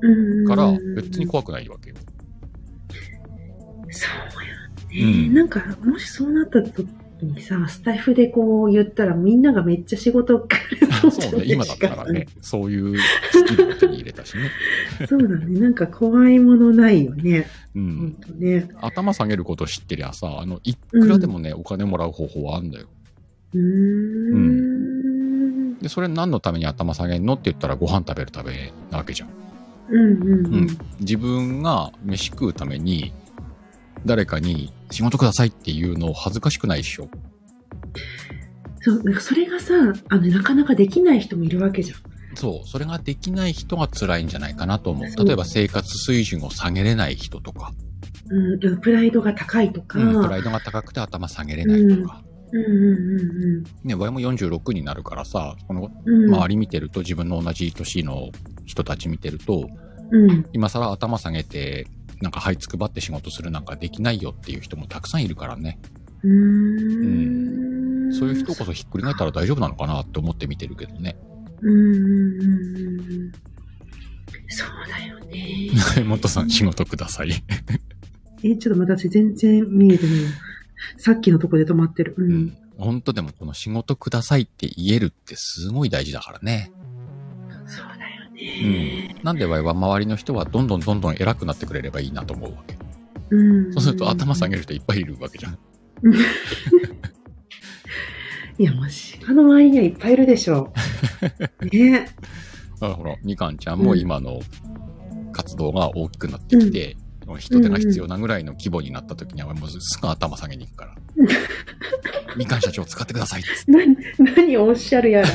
[SPEAKER 2] うん。
[SPEAKER 1] から、別に怖くないわけよ。
[SPEAKER 2] そう
[SPEAKER 1] う
[SPEAKER 2] よね。
[SPEAKER 1] ん
[SPEAKER 2] なんか、もしそうなった時にさ、スタイフでこう言ったらみんながめっちゃ仕事くれそうじ
[SPEAKER 1] そ
[SPEAKER 2] ゃ
[SPEAKER 1] う
[SPEAKER 2] な
[SPEAKER 1] ね、
[SPEAKER 2] い
[SPEAKER 1] 今
[SPEAKER 2] で
[SPEAKER 1] だっ
[SPEAKER 2] す
[SPEAKER 1] た
[SPEAKER 2] か。
[SPEAKER 1] らね、そういうスキルを手に入れたしね。
[SPEAKER 2] そうだね。なんか怖いものないよね。
[SPEAKER 1] う
[SPEAKER 2] ほん
[SPEAKER 1] ん。
[SPEAKER 2] とね。
[SPEAKER 1] 頭下げること知ってりゃさ、あの、いくらでもね、お金もらう方法はあんだよ。
[SPEAKER 2] うーん。
[SPEAKER 1] で、それ何のために頭下げんのって言ったらご飯食べるためなわけじゃん。
[SPEAKER 2] うんうんうん。
[SPEAKER 1] 自分が飯食うために、誰かに仕事くださいっていうの恥ずかしくないっしょ。
[SPEAKER 2] そう、なんかそれがさ、あの、なかなかできない人もいるわけじゃん。
[SPEAKER 1] そう。それができない人が辛いんじゃないかなと思
[SPEAKER 2] そう
[SPEAKER 1] う。例えば生活水準を下げれない人とか、
[SPEAKER 2] うんうん、プライドが高いとか。
[SPEAKER 1] う
[SPEAKER 2] うん
[SPEAKER 1] ん、
[SPEAKER 2] う
[SPEAKER 1] プ
[SPEAKER 2] ん
[SPEAKER 1] ライドが高くて頭下げれないとか。
[SPEAKER 2] うん
[SPEAKER 1] ね、我も46になるからさ、この
[SPEAKER 2] うん。うん。
[SPEAKER 1] 周り見てると、自分の同じ年の人たち見てると、
[SPEAKER 2] うん。
[SPEAKER 1] 今更頭下げて、なんか這いつくばって仕事するなんかできないよっていう人もたくさんいるからね。
[SPEAKER 2] うーん
[SPEAKER 1] そういう人こそひっくり返ったら大丈夫なのかなって思って見てるけどね。
[SPEAKER 2] うんうんうんうんそうだよね。
[SPEAKER 1] もっとさん仕事ください。
[SPEAKER 2] え、ちょっと私全然見えてないよ。さっきのとこで止まってる。う。
[SPEAKER 1] うんん。 ほんとでもこの仕事くださいって言えるってすごい大事だからね。
[SPEAKER 2] そうだよ
[SPEAKER 1] う
[SPEAKER 2] ね。
[SPEAKER 1] ん。なんで我々は周りの人はどんどんどんどん偉くなってくれればいいなと思うわけ。
[SPEAKER 2] うん。
[SPEAKER 1] そうすると頭下げ
[SPEAKER 2] る。
[SPEAKER 1] る人いっぱいいるわけじゃん。
[SPEAKER 2] いや、もう鹿の周りにはいっぱいいるでし ょう。ね。
[SPEAKER 1] あほら、みかんちゃんも今の活動が大きくなってきて、人手が必要なぐらいの規模になった時には、もうすぐ頭下げに行くから。みかん社長使ってくださいっつって。
[SPEAKER 2] な、何をおっしゃる やら。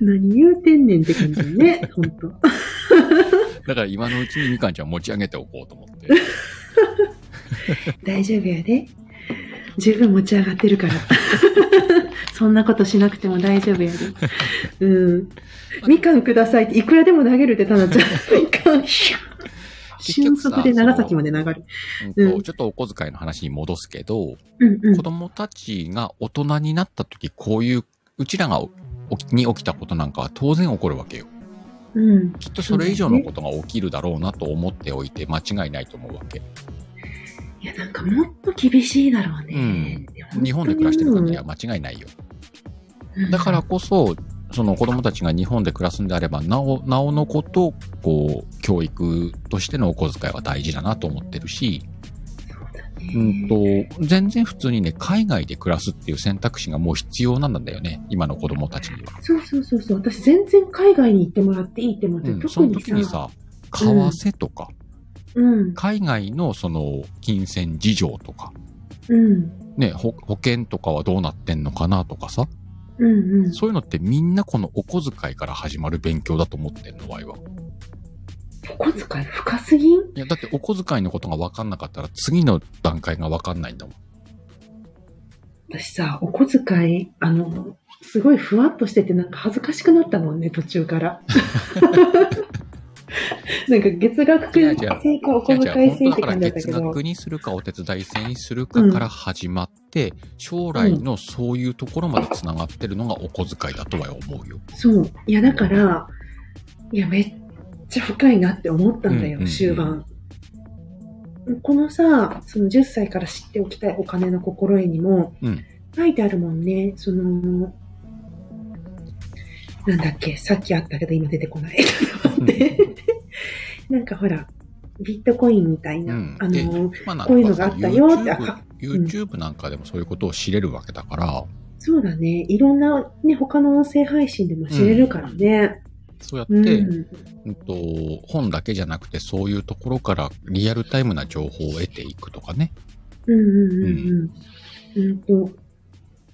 [SPEAKER 2] 何言うてんねんって感じね。ほんと。
[SPEAKER 1] だから今のうちにみかんちゃんを持ち上げておこうと思って。
[SPEAKER 2] 大丈夫やで。十分持ち上がってるから。 そんなことしなくても大丈夫やで。うん。みかんくださいって、いくらでも投げるって、たなちゃん。みかん、シュー
[SPEAKER 1] 結
[SPEAKER 2] 瞬
[SPEAKER 1] 局さ
[SPEAKER 2] 速で長崎まで流れる。
[SPEAKER 1] うんと
[SPEAKER 2] うん
[SPEAKER 1] ちょっとお小遣いの話に戻すけど、
[SPEAKER 2] うんうん
[SPEAKER 1] 子。供たちが大人になった時、こういう、うちらが起きに起きたことなんかは当然起こるわけよ。
[SPEAKER 2] うん。
[SPEAKER 1] きっとそれ以上のことが起きるだろうなと思っておいて間違いないと思うわけ。
[SPEAKER 2] いや、なんかもっと厳しいだろうね。
[SPEAKER 1] 日本で暮らしてる限りは間違いないよ。だからこそ、その子供たちが日本で暮らすんであれば、なお、なおのこと、こう、教育としてのお小遣いは大事だなと思ってるし、
[SPEAKER 2] うん、
[SPEAKER 1] うんと、全然普通にね、海外で暮らすっていう選択肢がもう必要なんだよね、今の子供たちには。
[SPEAKER 2] そうそうそうそう。私全然海外に行ってもらっていいって思って、
[SPEAKER 1] うん、そ
[SPEAKER 2] 特
[SPEAKER 1] の
[SPEAKER 2] に
[SPEAKER 1] 時
[SPEAKER 2] さ。
[SPEAKER 1] にさ、為替とか、
[SPEAKER 2] うん。
[SPEAKER 1] 海外のその、金銭事情とか、
[SPEAKER 2] うん。
[SPEAKER 1] ね、ほ保険とかはどうなってんのかなとかさ、
[SPEAKER 2] うんうん。
[SPEAKER 1] そういうのってみんなこのお小遣いから始まる勉強だと思ってんの、ワイは。
[SPEAKER 2] お小遣い深すぎん
[SPEAKER 1] いや、だってお小遣いのことが分かんなかったら次の段階が分かんないんだもん。
[SPEAKER 2] 私さ、お小遣い、あの、 すごいふわっとしててなんか恥ずかしくなったもんね、途中から。なんか月額
[SPEAKER 1] 違う違う
[SPEAKER 2] 制かお
[SPEAKER 1] いや
[SPEAKER 2] 小
[SPEAKER 1] 違、
[SPEAKER 2] 遣いう制
[SPEAKER 1] 本
[SPEAKER 2] っ
[SPEAKER 1] 当だか
[SPEAKER 2] て
[SPEAKER 1] ら
[SPEAKER 2] 感じだった
[SPEAKER 1] 月
[SPEAKER 2] けど。
[SPEAKER 1] 額にするかお手伝い制にするかから始まって、将来のそういうところまでつながってるのがお小遣いだとは思うよ。
[SPEAKER 2] そう。いや、だから、いや、めっちゃ深いなって思ったん
[SPEAKER 1] うん
[SPEAKER 2] だよ、
[SPEAKER 1] うんうん
[SPEAKER 2] 終盤。このさ、その10歳から知っておきたいお金の心得にも、
[SPEAKER 1] うん
[SPEAKER 2] 書いてあるもんね、その、なんだっけ、さっきあったけど今出てこない。でなんかほら、ビットコインみたいな、
[SPEAKER 1] うん
[SPEAKER 2] あ
[SPEAKER 1] で
[SPEAKER 2] の、
[SPEAKER 1] まあなん
[SPEAKER 2] こういうのがあったよって
[SPEAKER 1] YouTube,
[SPEAKER 2] あ
[SPEAKER 1] YouTube なんかでもそういうことを知れるわけだから、
[SPEAKER 2] そうだね、いろんなね、他の音声配信でも知れるからね。
[SPEAKER 1] そうやって、
[SPEAKER 2] うん。
[SPEAKER 1] うんと、本だけじゃなくてそういうところからリアルタイムな情報を得ていくとかね。
[SPEAKER 2] うんうんうんうん。うんと、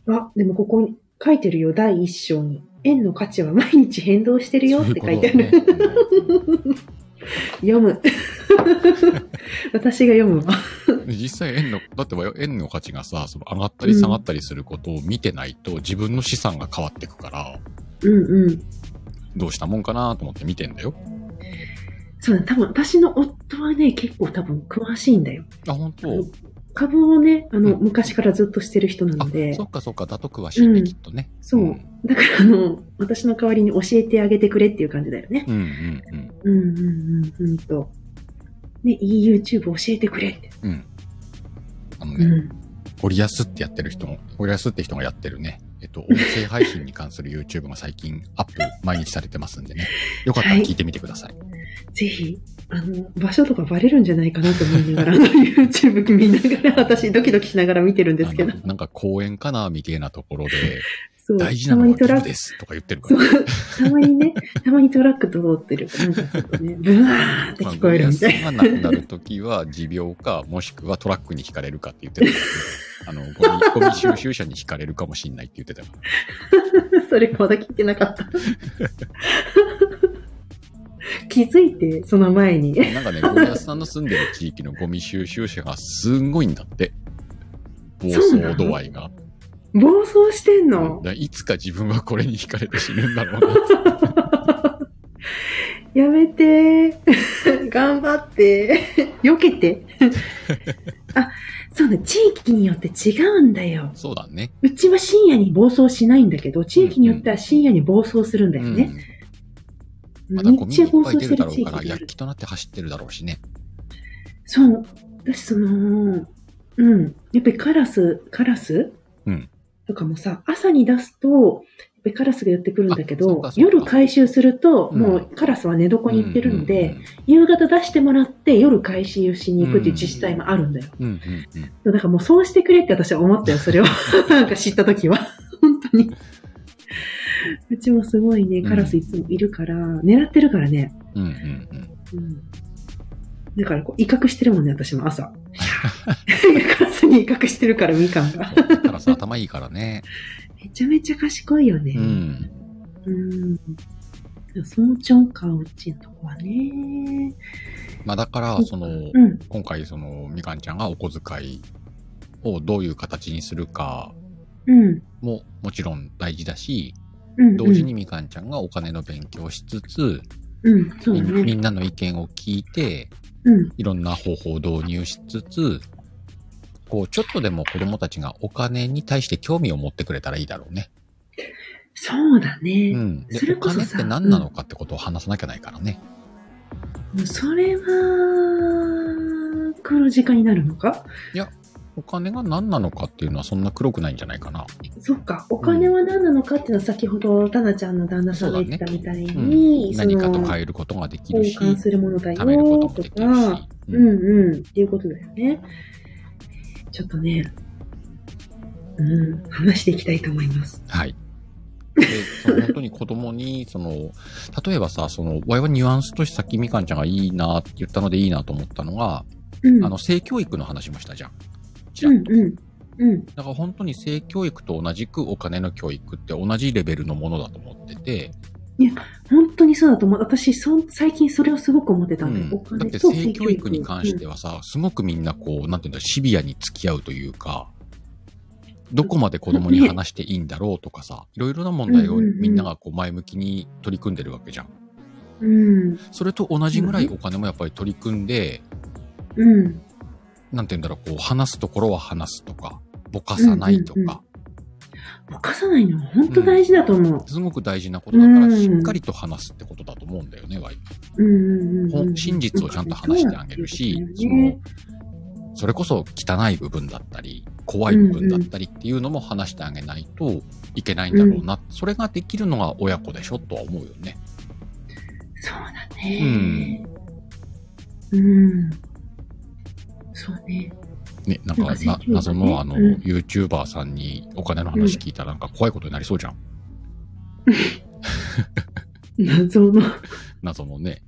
[SPEAKER 2] あ、でもここに書いてるよ、第一章に。円の価値は毎日変動してるよって書いてある。
[SPEAKER 1] そういうことだね
[SPEAKER 2] 読 む。私が読むわ。
[SPEAKER 1] で実際円の、 だって円の価値がさ、その上がったり下がったりすることを見てないと自分の資産が変わってくから、
[SPEAKER 2] うんうん。
[SPEAKER 1] どうしたもんかなと思って見てんだよ。
[SPEAKER 2] そうだ、多分私の夫はね、結構多分詳しいんだよ。
[SPEAKER 1] あ、本当、
[SPEAKER 2] 株をね、あの、
[SPEAKER 1] うん
[SPEAKER 2] 昔からずっとしてる人な
[SPEAKER 1] あ
[SPEAKER 2] ので、
[SPEAKER 1] そっかそっか、だと詳しいね、
[SPEAKER 2] うん
[SPEAKER 1] きっとね。
[SPEAKER 2] そうんだからあの、私の代わりに教えてあげてくれっていう感じだよね。
[SPEAKER 1] うんうん
[SPEAKER 2] うんうんうん、うんと。ね、いい YouTube 教えてくれって。
[SPEAKER 1] うん。うん。あの
[SPEAKER 2] う
[SPEAKER 1] ね、
[SPEAKER 2] ん。
[SPEAKER 1] ゴリアスってやってる人も、ゴリアスって人がやってるね、えっと、音声配信に関する YouTube が最近アッ プ、毎日されてますんでね。よかったら聞いてみてください。
[SPEAKER 2] ぜひ、あの、場所とかバレるんじゃないかなと思いながら、あの YouTube 見ながら、私ドキドキしながら見てるんですけど
[SPEAKER 1] あ。のなんか公園かなみたいなところで、
[SPEAKER 2] そう。
[SPEAKER 1] 大事な
[SPEAKER 2] たま
[SPEAKER 1] の
[SPEAKER 2] に
[SPEAKER 1] は
[SPEAKER 2] ト
[SPEAKER 1] ギ
[SPEAKER 2] ラ
[SPEAKER 1] ブ
[SPEAKER 2] ック、
[SPEAKER 1] ですとか言ってるか
[SPEAKER 2] そ
[SPEAKER 1] ら。
[SPEAKER 2] う。たまにね、たまにトラック通ってる。なんかちょっとね、ブワーって
[SPEAKER 1] まあ
[SPEAKER 2] 聞こえるみたいな。
[SPEAKER 1] ゴリアスが亡くなるときは持病か、もしくはトラックにひかれるかって言ってたから、ね、あの、ゴミ、ゴミ収集車にひかれるかもしんないって言ってたから。
[SPEAKER 2] それまだ聞いてなかった。 気づいて、その前に。
[SPEAKER 1] なんかね、ゴリアスさんの住んでる地域のゴミ収集車がすんごいんだって。暴
[SPEAKER 2] そうな
[SPEAKER 1] 走
[SPEAKER 2] の
[SPEAKER 1] 度合いが。
[SPEAKER 2] 暴走してんの
[SPEAKER 1] だからいつか自分はこれに惹かれて死ぬんだろうな って。
[SPEAKER 2] やめて ー。頑 張って。避けて。 あ、そうだ、地域によって違うんだよ。
[SPEAKER 1] そうだね。
[SPEAKER 2] うちは深夜に暴走しないんだけど、地域によっては深夜に暴走するんだ
[SPEAKER 1] う
[SPEAKER 2] よ
[SPEAKER 1] ん
[SPEAKER 2] ね。。
[SPEAKER 1] まだゴミ
[SPEAKER 2] 日
[SPEAKER 1] い
[SPEAKER 2] 中
[SPEAKER 1] っ
[SPEAKER 2] 暴
[SPEAKER 1] ぱい出
[SPEAKER 2] 走す
[SPEAKER 1] るだ
[SPEAKER 2] る
[SPEAKER 1] ろ
[SPEAKER 2] 地
[SPEAKER 1] うから、
[SPEAKER 2] 域があ
[SPEAKER 1] 薬
[SPEAKER 2] る。
[SPEAKER 1] 器となって走ってるだろうしね。
[SPEAKER 2] そう。私、その、うん。やっぱりカラス、カラス
[SPEAKER 1] うん
[SPEAKER 2] とかもさ、朝に出すと、やっぱりカラスが寄ってくるんだけ
[SPEAKER 1] あそう
[SPEAKER 2] ど
[SPEAKER 1] か、そうか
[SPEAKER 2] 夜回収すると、
[SPEAKER 1] うん
[SPEAKER 2] もうカラスは寝床に行ってるので、
[SPEAKER 1] うん
[SPEAKER 2] 夕方出してもらって夜回収しに行くっていう自治体もあるんだよ。
[SPEAKER 1] うんうんうん。
[SPEAKER 2] だからもうそうしてくれって私は思ったよ、そ れを。なんか知った時は。 本当に。うちもすごいね、カラスいつもいるから、狙ってるからね。
[SPEAKER 1] うんうんうん。
[SPEAKER 2] うん。だからこう威嚇してるもんね、私も 朝。カラスに威嚇してるから、みかんが。
[SPEAKER 1] だからさ、頭いいからね。
[SPEAKER 2] めちゃめちゃ賢いよね
[SPEAKER 1] う。ん。
[SPEAKER 2] うん。早朝か、うちのとこはね。
[SPEAKER 1] まあだから、その、
[SPEAKER 2] うん。
[SPEAKER 1] 今回その、みかんちゃんがお小遣いをどういう形にするか
[SPEAKER 2] うん。
[SPEAKER 1] ももちろん大事だし、
[SPEAKER 2] うん。
[SPEAKER 1] 同時にみかんちゃんがお金の勉強をしつつ、
[SPEAKER 2] うん。うん、そう
[SPEAKER 1] み
[SPEAKER 2] だ
[SPEAKER 1] んみ
[SPEAKER 2] ね。
[SPEAKER 1] んなの意見を聞いて、
[SPEAKER 2] うん。
[SPEAKER 1] いろんな方法を導入しつつ、こう、ちょっとでも子供たちがお金に対して興味を持ってくれたらいいだろうね。
[SPEAKER 2] そうだね。
[SPEAKER 1] うん。で
[SPEAKER 2] そ、れ
[SPEAKER 1] お
[SPEAKER 2] こそさ
[SPEAKER 1] 金って何なのかってことを話さなきゃないからね。
[SPEAKER 2] それは、黒字化になるのか
[SPEAKER 1] お金が何なのかっていうのはそんな黒くないんじゃないかな。
[SPEAKER 2] そっか、お金は何なのかっていうのは先ほど、タナちゃんの旦那さんが言ってたみたいに、そ
[SPEAKER 1] 何かと
[SPEAKER 2] の、
[SPEAKER 1] 変えることができる
[SPEAKER 2] 交
[SPEAKER 1] し、
[SPEAKER 2] 換するものだよ
[SPEAKER 1] 貯めることも
[SPEAKER 2] と
[SPEAKER 1] できるし
[SPEAKER 2] か、。
[SPEAKER 1] う
[SPEAKER 2] うん
[SPEAKER 1] ん
[SPEAKER 2] うん、っていうことだよね。ちょっとね、うん、話していきたいと思います。
[SPEAKER 1] はい。で、その本当に子供に、その、例えばさ、その、我々ニュアンスとしてさっきみかんちゃんがいいなって言ったのでいいなと思ったのが、
[SPEAKER 2] うん、
[SPEAKER 1] あの、性教育の話もしたじゃん。ち
[SPEAKER 2] う
[SPEAKER 1] らっ
[SPEAKER 2] ん
[SPEAKER 1] と
[SPEAKER 2] うん、うん、
[SPEAKER 1] だから本当に性教育と同じくお金の教育って同じレベルのものだと思ってて、
[SPEAKER 2] 本当にそうだと思う。私、そ最近それをすごく思ってた
[SPEAKER 1] うん
[SPEAKER 2] だよ。お
[SPEAKER 1] ん、だっ
[SPEAKER 2] 金
[SPEAKER 1] て
[SPEAKER 2] と
[SPEAKER 1] 性教育に関し
[SPEAKER 2] う
[SPEAKER 1] てはさ、すごくみんなこう、なんていうんだ、シビアに付き合うというか、どこまで子供に話していいんだろうとかさ、いろいろな問題をみんながこう前向きに取り組んでるわけじゃん。
[SPEAKER 2] んうん。
[SPEAKER 1] それと同じぐらいお金もやっぱり取り組んで、
[SPEAKER 2] うん。
[SPEAKER 1] なんて言うんだろう、こう、話すところは話すとか、ぼかさないとか、
[SPEAKER 2] うんうんうんぼかさないのは本当大事だと思
[SPEAKER 1] すごく大事なことだか
[SPEAKER 2] う
[SPEAKER 1] ら、
[SPEAKER 2] ん
[SPEAKER 1] しっかりと話すってことだと思うんだよね、割と
[SPEAKER 2] う。うんうんうんうん。
[SPEAKER 1] 本真実をちゃんと話してあげるし、その
[SPEAKER 2] ね、
[SPEAKER 1] それこそ汚い部分だったり、怖い部分だったりっていうのも話してあげないといけないんだろうな。それができるのが親子でしょとは思うよね。
[SPEAKER 2] そうだね。うん。そうね。
[SPEAKER 1] ね、なんか
[SPEAKER 2] なん
[SPEAKER 1] な
[SPEAKER 2] か説教がね
[SPEAKER 1] 謎のあの、
[SPEAKER 2] うん
[SPEAKER 1] YouTuber さんにお金の話聞いたらなんか怖いことになりそうじゃん。
[SPEAKER 2] 謎の、
[SPEAKER 1] 謎のね。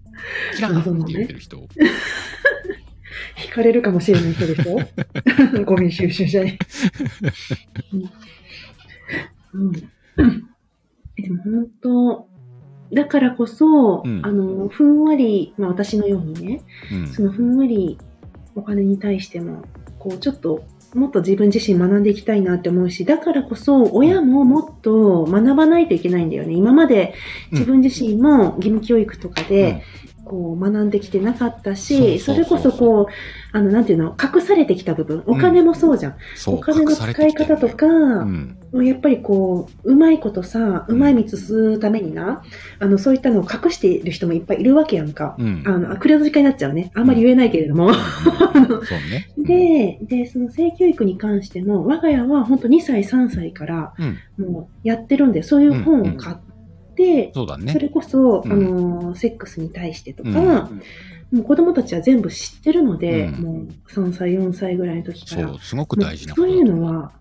[SPEAKER 1] キラーって言ってる人。
[SPEAKER 2] 惹かれるかもしれない人でし ょゴミ収集車に。うん。でも本当、だからこそ、
[SPEAKER 1] うん
[SPEAKER 2] あの、ふんわり、まあ私のようにね、
[SPEAKER 1] うん
[SPEAKER 2] そのふんわりお金に対しても、こうちょっと、もっと自分自身学んでいきたいなって思うし、だからこそ親ももっと学ばないといけないんだよね。今まで自分自身も義務教育とかで、こう学んできてなかったし、
[SPEAKER 1] そ
[SPEAKER 2] そう
[SPEAKER 1] そうそうそう
[SPEAKER 2] れこそこう、あの、なんていうの、隠されてきた部分、お金もそうじゃん。
[SPEAKER 1] そう
[SPEAKER 2] お金の
[SPEAKER 1] 隠さ
[SPEAKER 2] 使
[SPEAKER 1] れてき
[SPEAKER 2] い
[SPEAKER 1] てる
[SPEAKER 2] 方とか、
[SPEAKER 1] うん。
[SPEAKER 2] やっぱりこう、うまいことさ、うまい蜜吸うためにな、あの、そういったのを隠している人もいっぱいいるわけやんか。
[SPEAKER 1] うん。
[SPEAKER 2] あの、あ、クレード時間になっちゃうね。あんまり言えないけれども。
[SPEAKER 1] うんそうね。うん、
[SPEAKER 2] で、で、その性教育に関しても、我が家は本当2歳、3歳から、
[SPEAKER 1] うん
[SPEAKER 2] もうやってるんで、そういう本を買って、
[SPEAKER 1] そうだ
[SPEAKER 2] そ
[SPEAKER 1] ね。
[SPEAKER 2] れこそ、
[SPEAKER 1] うん
[SPEAKER 2] あの、セックスに対してとか、
[SPEAKER 1] うん
[SPEAKER 2] もう子供たちは全部知ってるので、
[SPEAKER 1] うん
[SPEAKER 2] もう3歳、4歳ぐらいの時か
[SPEAKER 1] そ
[SPEAKER 2] ら。
[SPEAKER 1] う、すごく大事なこ
[SPEAKER 2] も
[SPEAKER 1] と
[SPEAKER 2] う
[SPEAKER 1] だ
[SPEAKER 2] そ
[SPEAKER 1] と
[SPEAKER 2] ういう
[SPEAKER 1] 思う
[SPEAKER 2] のは、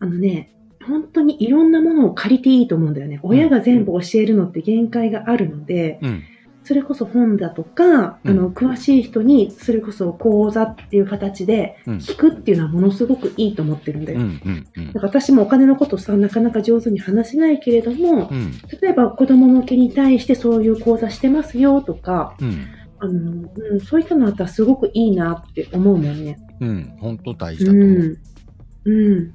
[SPEAKER 2] あのね、本当にいろんなものを借りていいと思うんだよね。親が全部教えるのって限界があるので、
[SPEAKER 1] うん。
[SPEAKER 2] それこそ本だとか、あの、詳しい人に、それこそ講座っていう形で
[SPEAKER 1] うん
[SPEAKER 2] 聞くっていうのはものすごくいいと思ってるんだ
[SPEAKER 1] う
[SPEAKER 2] よ。
[SPEAKER 1] ん。うん。うん
[SPEAKER 2] だから私もお金のことさ、なかなか上手に話せないけれども、
[SPEAKER 1] うん。
[SPEAKER 2] 例えば子供向けに対してそういう講座してますよとか、
[SPEAKER 1] うん。
[SPEAKER 2] あの、うん、そういったのあったらすごくいいなって思うもんね。
[SPEAKER 1] うん。本当大事だ
[SPEAKER 2] う
[SPEAKER 1] と思う。
[SPEAKER 2] ん。うん。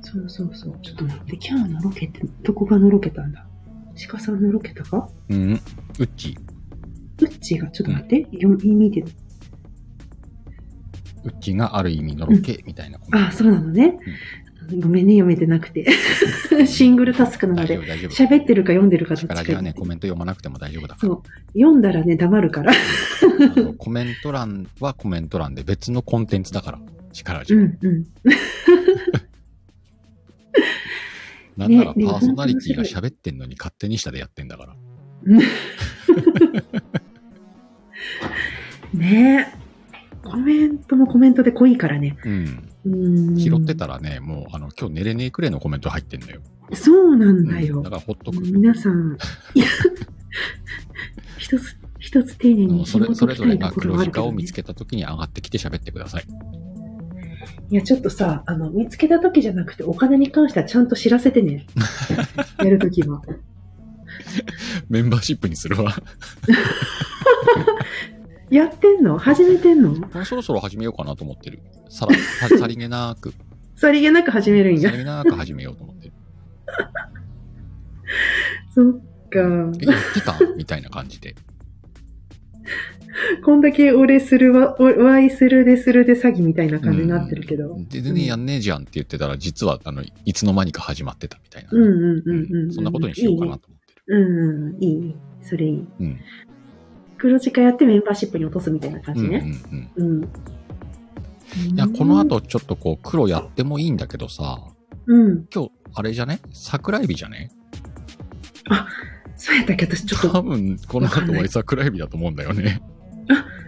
[SPEAKER 2] そうそうそう。ちょっと待って、キャーのロケって、どこがのろけたんだ鹿さんのろけたか
[SPEAKER 1] うん。うっち。
[SPEAKER 2] うっちーが、ちょっと待って、読み見てる。
[SPEAKER 1] うっちがある意味のロケみたいなコメン
[SPEAKER 2] あ、そうなのね。ごめんね、読めてなく て。
[SPEAKER 1] ト。
[SPEAKER 2] シングルタスクなの
[SPEAKER 1] 大丈
[SPEAKER 2] で、
[SPEAKER 1] 夫、大丈夫。
[SPEAKER 2] 喋ってるか読んでるかどっちか
[SPEAKER 1] 力じゃね、コメント読まなくても大丈夫だか
[SPEAKER 2] そう。読んだらね、黙るから。
[SPEAKER 1] ら。あのコメント欄はコメント欄で別のコンテンツだから。力じ
[SPEAKER 2] う
[SPEAKER 1] ゃ。
[SPEAKER 2] ん、うん。
[SPEAKER 1] なんならパ
[SPEAKER 2] ね
[SPEAKER 1] ーソナリティが喋ってんのに勝手に下でやってんだから。
[SPEAKER 2] ねえ。コメントもコメントで濃いからね。
[SPEAKER 1] うん。
[SPEAKER 2] うん。
[SPEAKER 1] 拾ってたらね、もう、あの、今日寝れねえくらいのコメント入ってんだよ。
[SPEAKER 2] そうなんだよ。
[SPEAKER 1] うんだからほっとく。
[SPEAKER 2] 皆 さん、いや一つ、一つ丁寧
[SPEAKER 1] あ
[SPEAKER 2] に
[SPEAKER 1] のそれ、
[SPEAKER 2] 紐
[SPEAKER 1] それ
[SPEAKER 2] 解き
[SPEAKER 1] ぞ
[SPEAKER 2] た
[SPEAKER 1] れ
[SPEAKER 2] いと
[SPEAKER 1] が
[SPEAKER 2] ころ
[SPEAKER 1] 黒
[SPEAKER 2] はあ
[SPEAKER 1] 字
[SPEAKER 2] るけ
[SPEAKER 1] 化
[SPEAKER 2] ど
[SPEAKER 1] を
[SPEAKER 2] ね
[SPEAKER 1] 見つけた時に上がってきて喋ってください。
[SPEAKER 2] いや、ちょっとさ、あの、見つけた時じゃなくて、お金に関してはちゃんと知らせ てね。やるときは。
[SPEAKER 1] メンバーシップにするわ。
[SPEAKER 2] やってんの始めてんの
[SPEAKER 1] もうそろそろ始めようかなと思ってる。さら、 ささりげなく、
[SPEAKER 2] さりげなく始めるん
[SPEAKER 1] さ
[SPEAKER 2] や。
[SPEAKER 1] りげなく始めようと思ってる。
[SPEAKER 2] そっ
[SPEAKER 1] え、
[SPEAKER 2] か。
[SPEAKER 1] 言ってたみたいな感じで。
[SPEAKER 2] こんだけ俺するわ、おわいするでするで詐欺みたいな感じになってるけど。
[SPEAKER 1] うんで全然やんねえじゃんって言ってたら、実は、あの、いつの間にか始まってたみたいな。
[SPEAKER 2] うんうんうんうん。
[SPEAKER 1] そんなことにしようか
[SPEAKER 2] いい
[SPEAKER 1] な
[SPEAKER 2] ね。
[SPEAKER 1] と思ってる。
[SPEAKER 2] うんうん、いいい。それいい。
[SPEAKER 1] うん。
[SPEAKER 2] 黒字化やってメンバーシップに落とすみたいな感
[SPEAKER 1] う
[SPEAKER 2] じ
[SPEAKER 1] んうん
[SPEAKER 2] ね。
[SPEAKER 1] うん。
[SPEAKER 2] うん。
[SPEAKER 1] いや、この、後ちょっとこう、黒やってもいいんだけどさ、
[SPEAKER 2] うん。
[SPEAKER 1] 今日、あれじゃね桜エビじゃね
[SPEAKER 2] そうやったっけ私ちょっと
[SPEAKER 1] 多分、この後俺桜エビだと思うんだよ ね。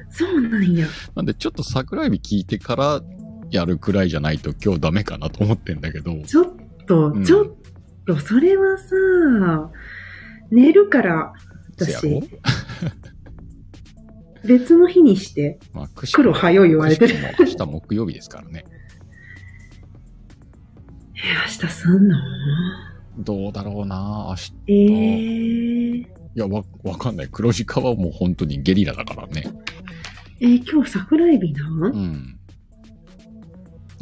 [SPEAKER 2] そうなんや。
[SPEAKER 1] なんで、ちょっと桜エビ聞いてからやるくらいじゃないと今日ダメかなと思ってんだけど。
[SPEAKER 2] ちょっと、
[SPEAKER 1] うん
[SPEAKER 2] ちょっと、それはさ、寝るから、
[SPEAKER 1] せやろ
[SPEAKER 2] 私、別の日にして、
[SPEAKER 1] まあ、くしく
[SPEAKER 2] 黒
[SPEAKER 1] も、
[SPEAKER 2] はよ言わ
[SPEAKER 1] く
[SPEAKER 2] れ
[SPEAKER 1] して
[SPEAKER 2] る。い
[SPEAKER 1] く
[SPEAKER 2] や、
[SPEAKER 1] も明日木曜日ですからね。
[SPEAKER 2] 明日すんの
[SPEAKER 1] どうだろうな明日。
[SPEAKER 2] えー、
[SPEAKER 1] いや、わ、わかんない。黒字化はもう本当にゲリラだからね。
[SPEAKER 2] えー、今日桜エビなん
[SPEAKER 1] うん。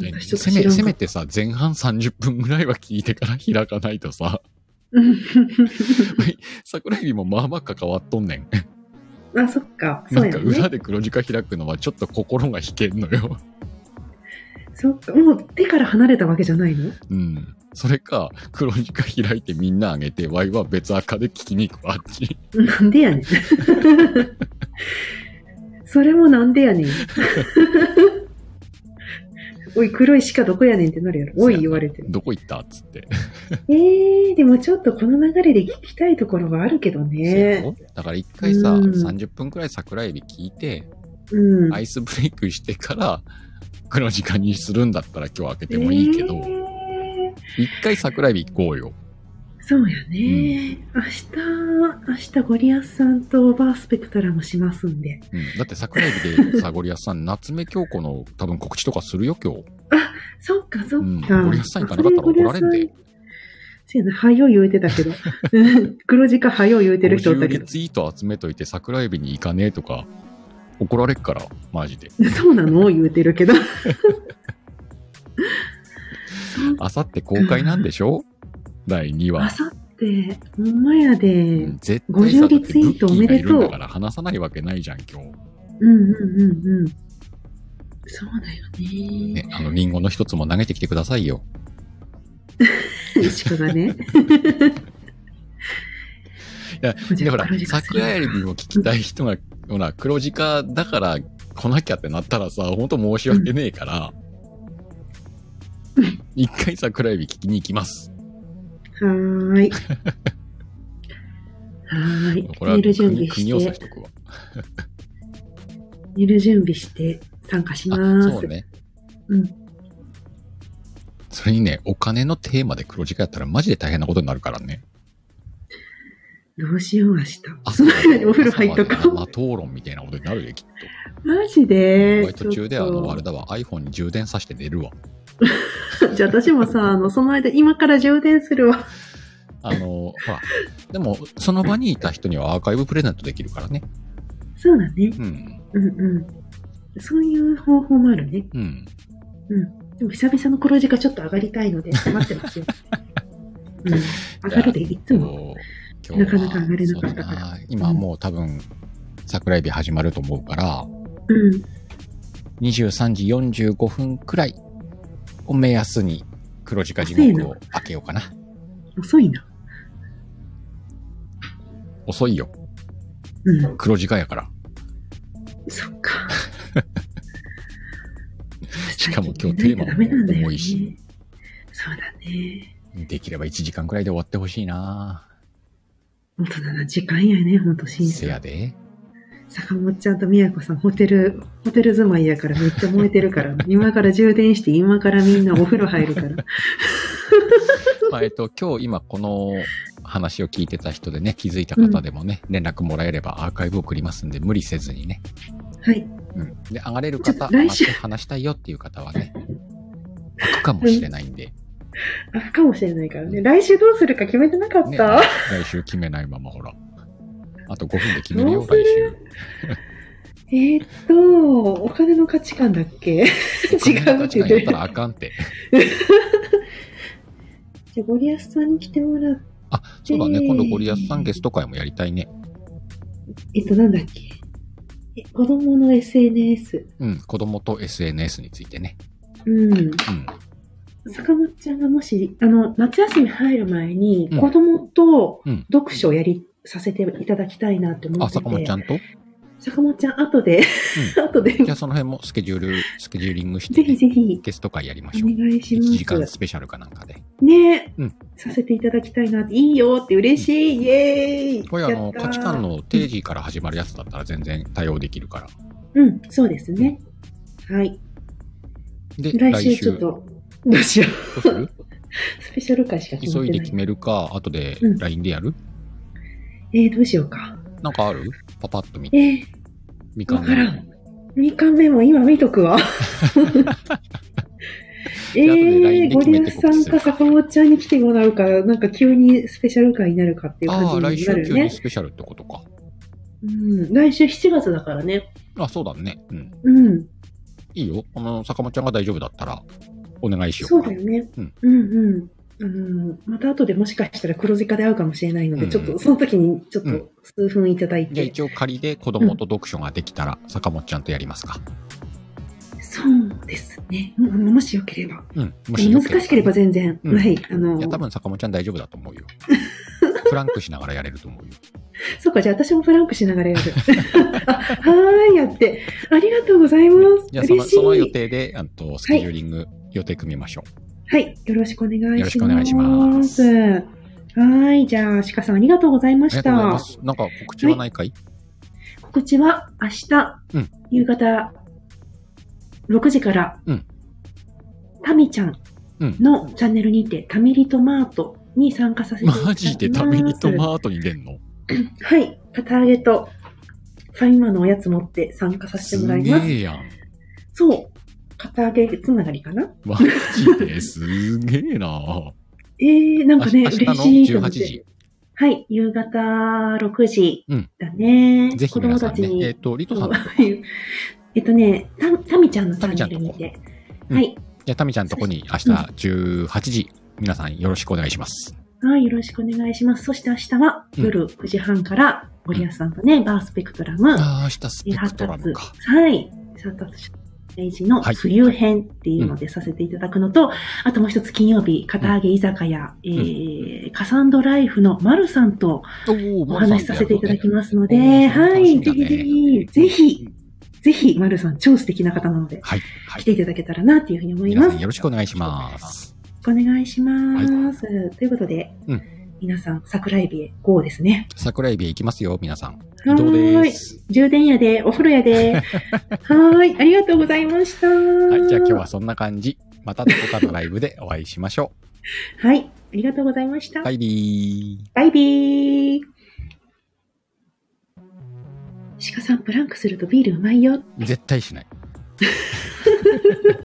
[SPEAKER 1] え
[SPEAKER 2] 私ちょっと
[SPEAKER 1] せめ、
[SPEAKER 2] 知らんか
[SPEAKER 1] せめてさ、前半30分ぐらいは聞いてから開かないとさ、 桜エビもまあまあ関わっとんねん。
[SPEAKER 2] あ、そっか。そ
[SPEAKER 1] な
[SPEAKER 2] うんや
[SPEAKER 1] か
[SPEAKER 2] ろね
[SPEAKER 1] 裏。で黒字化開くのはちょっと心が引けんのよ。
[SPEAKER 2] そっか。もう手から離れたわけじゃないの
[SPEAKER 1] うん。それか、黒字化開いてみんなあげて、ワイは別赤で聞きに行くわ、あっち。
[SPEAKER 2] なんでやねん。 それもなんでやねん。 おい、黒い鹿どこやねんってなるやろ。おい、言われてる。
[SPEAKER 1] どこ行ったっつって。
[SPEAKER 2] えー、でもちょっとこの流れで聞きたいところはあるけど
[SPEAKER 1] そうや
[SPEAKER 2] ね。
[SPEAKER 1] ろだから一回さ、
[SPEAKER 2] うん
[SPEAKER 1] 30分くらい桜エビ聞いて、
[SPEAKER 2] うん。
[SPEAKER 1] アイスブレイクしてから、黒字化にするんだったら今日開けてもいいけど、
[SPEAKER 2] えー
[SPEAKER 1] 一回桜エビ行こうよ。
[SPEAKER 2] そうやね、明日、明日ゴリアスさんとオーバースペクトラムしますんで。
[SPEAKER 1] うん、だって桜エビでサゴリアスさん、夏目京子の多分告知とかするよ、今日。
[SPEAKER 2] そっか、そっ
[SPEAKER 1] うん。
[SPEAKER 2] か。
[SPEAKER 1] ゴリアスさん行かなかったら怒られんで。
[SPEAKER 2] そうやな、はよ言うてたけど。 うん黒字かはよ言うてる人おった
[SPEAKER 1] 50
[SPEAKER 2] け
[SPEAKER 1] リ
[SPEAKER 2] ど。
[SPEAKER 1] ツイート集めといて桜エビに行かねえとか、怒られっから、マジで。
[SPEAKER 2] そうなの言うてるけど。
[SPEAKER 1] あさって公開なんでしょ第2
[SPEAKER 2] あ
[SPEAKER 1] 話。
[SPEAKER 2] さって、ほんまや
[SPEAKER 1] う
[SPEAKER 2] で
[SPEAKER 1] ん。絶対さ、だ
[SPEAKER 2] 50
[SPEAKER 1] ってブ
[SPEAKER 2] リツイ
[SPEAKER 1] ッ
[SPEAKER 2] ー
[SPEAKER 1] キ
[SPEAKER 2] トお
[SPEAKER 1] ー
[SPEAKER 2] め
[SPEAKER 1] がい
[SPEAKER 2] でと
[SPEAKER 1] る
[SPEAKER 2] う
[SPEAKER 1] んだから話さないわけないじゃん、今日。
[SPEAKER 2] うんうんうんうん。そうだよね。
[SPEAKER 1] ね、あの、リンゴの一つも投げてきてくださいよ。
[SPEAKER 2] 石川がね。
[SPEAKER 1] い や
[SPEAKER 2] じ
[SPEAKER 1] で、
[SPEAKER 2] ゃ
[SPEAKER 1] ほ
[SPEAKER 2] あ
[SPEAKER 1] ら
[SPEAKER 2] 黒、字化する
[SPEAKER 1] 桜エビも聞きたい人が、ほら、黒字化だから来なきゃってなったらさ、ほんと申し訳ねえから、一回桜エビ聞きに行きます。
[SPEAKER 2] は ーい。はーい。
[SPEAKER 1] これは
[SPEAKER 2] 寝る準備
[SPEAKER 1] 国国を指
[SPEAKER 2] し、
[SPEAKER 1] してとくわ。
[SPEAKER 2] 寝る準備して参加しま
[SPEAKER 1] あ、
[SPEAKER 2] す。
[SPEAKER 1] そうね。
[SPEAKER 2] うん。
[SPEAKER 1] それにね、お金のテーマで黒字化やったらマジで大変なことになるから ね。
[SPEAKER 2] どうしよう明日。
[SPEAKER 1] 朝
[SPEAKER 2] その間にお風呂入っと
[SPEAKER 1] 朝
[SPEAKER 2] こ
[SPEAKER 1] まで生討論みたいなことになるで、きっと。
[SPEAKER 2] う。マジで。
[SPEAKER 1] バイト中で、
[SPEAKER 2] ち
[SPEAKER 1] あ
[SPEAKER 2] ょっと
[SPEAKER 1] の、あれだわ、iPhone に充電させて寝るわ。
[SPEAKER 2] じゃあ私もさ、あの、その間、今から充電するわ。
[SPEAKER 1] あの、ほら、でも、その場にいた人にはアーカイブプレゼントできるからね。
[SPEAKER 2] そうだね。
[SPEAKER 1] うん。
[SPEAKER 2] うんうん。そういう方法もあるね。
[SPEAKER 1] うん。
[SPEAKER 2] うん。でも久々の黒字がちょっと上がりたいので、待ってま すよ。うん。上がるで、いつ
[SPEAKER 1] こ
[SPEAKER 2] も。
[SPEAKER 1] う今
[SPEAKER 2] な
[SPEAKER 1] 日
[SPEAKER 2] か
[SPEAKER 1] は
[SPEAKER 2] なか上がれなかった
[SPEAKER 1] そう
[SPEAKER 2] から
[SPEAKER 1] だな今もう多分、桜エビ始まると思うから、
[SPEAKER 2] うん。
[SPEAKER 1] 23時45分くらいを目安に黒字化地獄を開けようかな。
[SPEAKER 2] 遅いな。
[SPEAKER 1] 遅いよ。
[SPEAKER 2] うん。
[SPEAKER 1] 黒字化やから。
[SPEAKER 2] そっか。
[SPEAKER 1] しかも今日テーマも重いし。
[SPEAKER 2] そうだね。
[SPEAKER 1] できれば1時間くらいで終わってほしいな
[SPEAKER 2] 大人な時間やね、ほんと、新
[SPEAKER 1] せ
[SPEAKER 2] 鮮
[SPEAKER 1] や。で。
[SPEAKER 2] 坂本ちゃんと宮子さん、ホテル、ホテル住まいやからめっちゃ燃えて るから、今から充電して、今からみんなお風呂入るから。
[SPEAKER 1] まあ、えっと、今日今この話を聞いてた人でね、気づいた方でもね、連絡もらえればアーカイブ送りますんで、無理せずにね。
[SPEAKER 2] はい。
[SPEAKER 1] うん。で、上がれる
[SPEAKER 2] ち
[SPEAKER 1] 方、
[SPEAKER 2] ょっと来週
[SPEAKER 1] 上がって話したいよっていう方はね、開くかもしれないんで、
[SPEAKER 2] あ、かもしれないからね。来週どうするか決めてなかった、
[SPEAKER 1] ね、来週決めないままほら。あと5分で決めるよ、
[SPEAKER 2] どうす
[SPEAKER 1] 来
[SPEAKER 2] る
[SPEAKER 1] 週。
[SPEAKER 2] えーっと、お金の価値観だっけ違うって言って
[SPEAKER 1] やった
[SPEAKER 2] る。
[SPEAKER 1] らあかんって。
[SPEAKER 2] じゃあ、ゴリアスさんに来てもらう。
[SPEAKER 1] あ、そうだね。
[SPEAKER 2] えー
[SPEAKER 1] 今度ゴリアスさんゲスト会もやりたいね。
[SPEAKER 2] えっと、なんだっけえ、子供の SNS。
[SPEAKER 1] うん。子供と SNS についてね。
[SPEAKER 2] うん。
[SPEAKER 1] うん。
[SPEAKER 2] 坂本ちゃんがもし、あの、夏休み入る前に
[SPEAKER 1] うん、
[SPEAKER 2] 子供と
[SPEAKER 1] うん
[SPEAKER 2] 読書をやり、させていただきたいなって思
[SPEAKER 1] あ、
[SPEAKER 2] ってて。
[SPEAKER 1] 坂本ちゃんと
[SPEAKER 2] 坂本ちゃん、後で、 後で、
[SPEAKER 1] じゃあその辺もスケジュール、スケジューリングして
[SPEAKER 2] ぜ
[SPEAKER 1] ね、
[SPEAKER 2] ひぜひ、
[SPEAKER 1] ゲスト会やりま
[SPEAKER 2] お
[SPEAKER 1] しょう。
[SPEAKER 2] 願いし
[SPEAKER 1] 1時
[SPEAKER 2] ま
[SPEAKER 1] 間
[SPEAKER 2] す。
[SPEAKER 1] スペシャルかなんかで。
[SPEAKER 2] ね、
[SPEAKER 1] うん
[SPEAKER 2] させていただきたいなって、いいよって嬉しい、イエーイ
[SPEAKER 1] これあ
[SPEAKER 2] やっ
[SPEAKER 1] の、
[SPEAKER 2] たー
[SPEAKER 1] 価値観の定義から始まるやつだったら全然対応できるから。
[SPEAKER 2] うん、そうですね。はい。
[SPEAKER 1] で、
[SPEAKER 2] 来週ちょっ
[SPEAKER 1] ど
[SPEAKER 2] と、どうし よ
[SPEAKER 1] うする
[SPEAKER 2] う。スペシャル回しか決ま
[SPEAKER 1] 急
[SPEAKER 2] っ
[SPEAKER 1] い
[SPEAKER 2] て
[SPEAKER 1] で
[SPEAKER 2] ない
[SPEAKER 1] 決。めるか、後で
[SPEAKER 2] うん
[SPEAKER 1] LINE でやる、
[SPEAKER 2] えー、どうしようか。
[SPEAKER 1] なんかあるパパッと見
[SPEAKER 2] えー、
[SPEAKER 1] みか
[SPEAKER 2] わ
[SPEAKER 1] ん
[SPEAKER 2] から
[SPEAKER 1] の
[SPEAKER 2] ん。2巻目も今見と くわ。
[SPEAKER 1] じゃあ後
[SPEAKER 2] えー、ゴ
[SPEAKER 1] で LINE で決め
[SPEAKER 2] リア
[SPEAKER 1] て
[SPEAKER 2] スさんか坂本ちゃんに来てもらうか、なんか急にスペシャル回になるかっていう感
[SPEAKER 1] ああ、来
[SPEAKER 2] じに
[SPEAKER 1] 週
[SPEAKER 2] なる
[SPEAKER 1] 急
[SPEAKER 2] よ
[SPEAKER 1] に
[SPEAKER 2] ね。
[SPEAKER 1] スペシャルってことか。
[SPEAKER 2] うん、来週7月だからね。
[SPEAKER 1] あ、そうだね。うん。
[SPEAKER 2] うん、
[SPEAKER 1] いいよ。あの、坂本ちゃんが大丈夫だったら、お願いしよう
[SPEAKER 2] そうだよね。
[SPEAKER 1] うん
[SPEAKER 2] うん、うん。あの、また後でもしかしたら黒字化で会うかもしれないので、
[SPEAKER 1] うん
[SPEAKER 2] ちょっと、その時に、ちょっ
[SPEAKER 1] うん
[SPEAKER 2] と、数分いただい
[SPEAKER 1] じゃあ
[SPEAKER 2] て。
[SPEAKER 1] 一応仮で子供と読書ができたら、坂本ちゃんとやりますか。
[SPEAKER 2] そうですね。うんもしよければ。
[SPEAKER 1] うん。もしよ
[SPEAKER 2] 難
[SPEAKER 1] ければ
[SPEAKER 2] しければ全然。
[SPEAKER 1] うん
[SPEAKER 2] はい。あの
[SPEAKER 1] いや、、多分坂本ちゃん大丈夫だと 思うよ。プランクしながらやれると思うよ。
[SPEAKER 2] そうか、じゃあ私もプランクしながらやる。あはーい、やって。ありがとうございます。
[SPEAKER 1] じゃあその
[SPEAKER 2] 嬉しい。
[SPEAKER 1] その予定で、あと、スケジューリング、予定組みましょ
[SPEAKER 2] はい。よろしくお願いします。
[SPEAKER 1] よろしくお願いします
[SPEAKER 2] はーい。じゃあ、鹿さんありがとうござい
[SPEAKER 1] う。
[SPEAKER 2] ま
[SPEAKER 1] あり
[SPEAKER 2] し
[SPEAKER 1] がとうござい
[SPEAKER 2] た
[SPEAKER 1] ま。す。なんか告知はないかい、
[SPEAKER 2] 告知は明日、
[SPEAKER 1] うん
[SPEAKER 2] 夕方6時から、
[SPEAKER 1] うん
[SPEAKER 2] タミちゃん
[SPEAKER 1] うん
[SPEAKER 2] のチャンネルにて、タミリトマートに参加させていただきます。
[SPEAKER 1] マジでタミニトマートに出んの
[SPEAKER 2] はい。片揚げとファミマのおやつ持って参加させて
[SPEAKER 1] す
[SPEAKER 2] もらい
[SPEAKER 1] げ
[SPEAKER 2] ます。
[SPEAKER 1] えやん。
[SPEAKER 2] そう。片揚げつながりかな
[SPEAKER 1] マジですげえな
[SPEAKER 2] えー、なんかね、
[SPEAKER 1] 明日の
[SPEAKER 2] 嬉しいと思
[SPEAKER 1] 18
[SPEAKER 2] って
[SPEAKER 1] 時。
[SPEAKER 2] はい。夕方6時
[SPEAKER 1] うん
[SPEAKER 2] だね。
[SPEAKER 1] ぜひ皆さん
[SPEAKER 2] 子供たちに
[SPEAKER 1] ね、えっ、と、リトさんの、
[SPEAKER 2] えっとね、た、たみちゃんのチ
[SPEAKER 1] タミちゃ
[SPEAKER 2] ャ
[SPEAKER 1] ん
[SPEAKER 2] ンネ
[SPEAKER 1] と
[SPEAKER 2] ル
[SPEAKER 1] こ
[SPEAKER 2] 見て。
[SPEAKER 1] うん
[SPEAKER 2] はい。
[SPEAKER 1] じゃあタミちゃんのとこに明日18時、皆さんよろしくお願いします。
[SPEAKER 2] はい、よろしくお願いします。そして明日は
[SPEAKER 1] うん
[SPEAKER 2] 夜9時半から、ゴリアスさんとね、バースペクトラム、
[SPEAKER 1] ああ、明日スペク
[SPEAKER 2] 発
[SPEAKER 1] ト
[SPEAKER 2] 達、
[SPEAKER 1] ラムか。
[SPEAKER 2] はい、発達ページの
[SPEAKER 1] はい
[SPEAKER 2] 冬編っていうのでさせていただくのと、あともう一つ金曜日、片揚げ居酒屋、えーカサンドライフのマルさんと
[SPEAKER 1] お
[SPEAKER 2] お話しさせていただき
[SPEAKER 1] す。
[SPEAKER 2] ますので、
[SPEAKER 1] おーそれ
[SPEAKER 2] は
[SPEAKER 1] 楽し
[SPEAKER 2] い、
[SPEAKER 1] み
[SPEAKER 2] ぜ
[SPEAKER 1] だね
[SPEAKER 2] ひぜひ、ぜひ、ぜひ、マルさん超素敵な方なので、
[SPEAKER 1] はい。は
[SPEAKER 2] 来
[SPEAKER 1] い
[SPEAKER 2] て。いただけたらなっていうふうに思い
[SPEAKER 1] 皆
[SPEAKER 2] ま
[SPEAKER 1] さ
[SPEAKER 2] す
[SPEAKER 1] ん。よろしくお願いします。
[SPEAKER 2] お願いします。ということで、
[SPEAKER 1] うん
[SPEAKER 2] 皆さん、桜エビへ GO ですね。
[SPEAKER 1] 桜エビへ行きますよ、皆さん。
[SPEAKER 2] は
[SPEAKER 1] 移動で
[SPEAKER 2] ーい
[SPEAKER 1] ー。す。
[SPEAKER 2] 充電やで、お風呂や で。はーい。ありがとうございました。は
[SPEAKER 1] はい、じゃあ今日は。そんな感じ。またどこかのライブでお会いしましょ
[SPEAKER 2] はい。ありがとうございました。
[SPEAKER 1] う。バイビー。
[SPEAKER 2] バイビー。鹿さん、プランクするとビールうまいよ。
[SPEAKER 1] 絶対しない。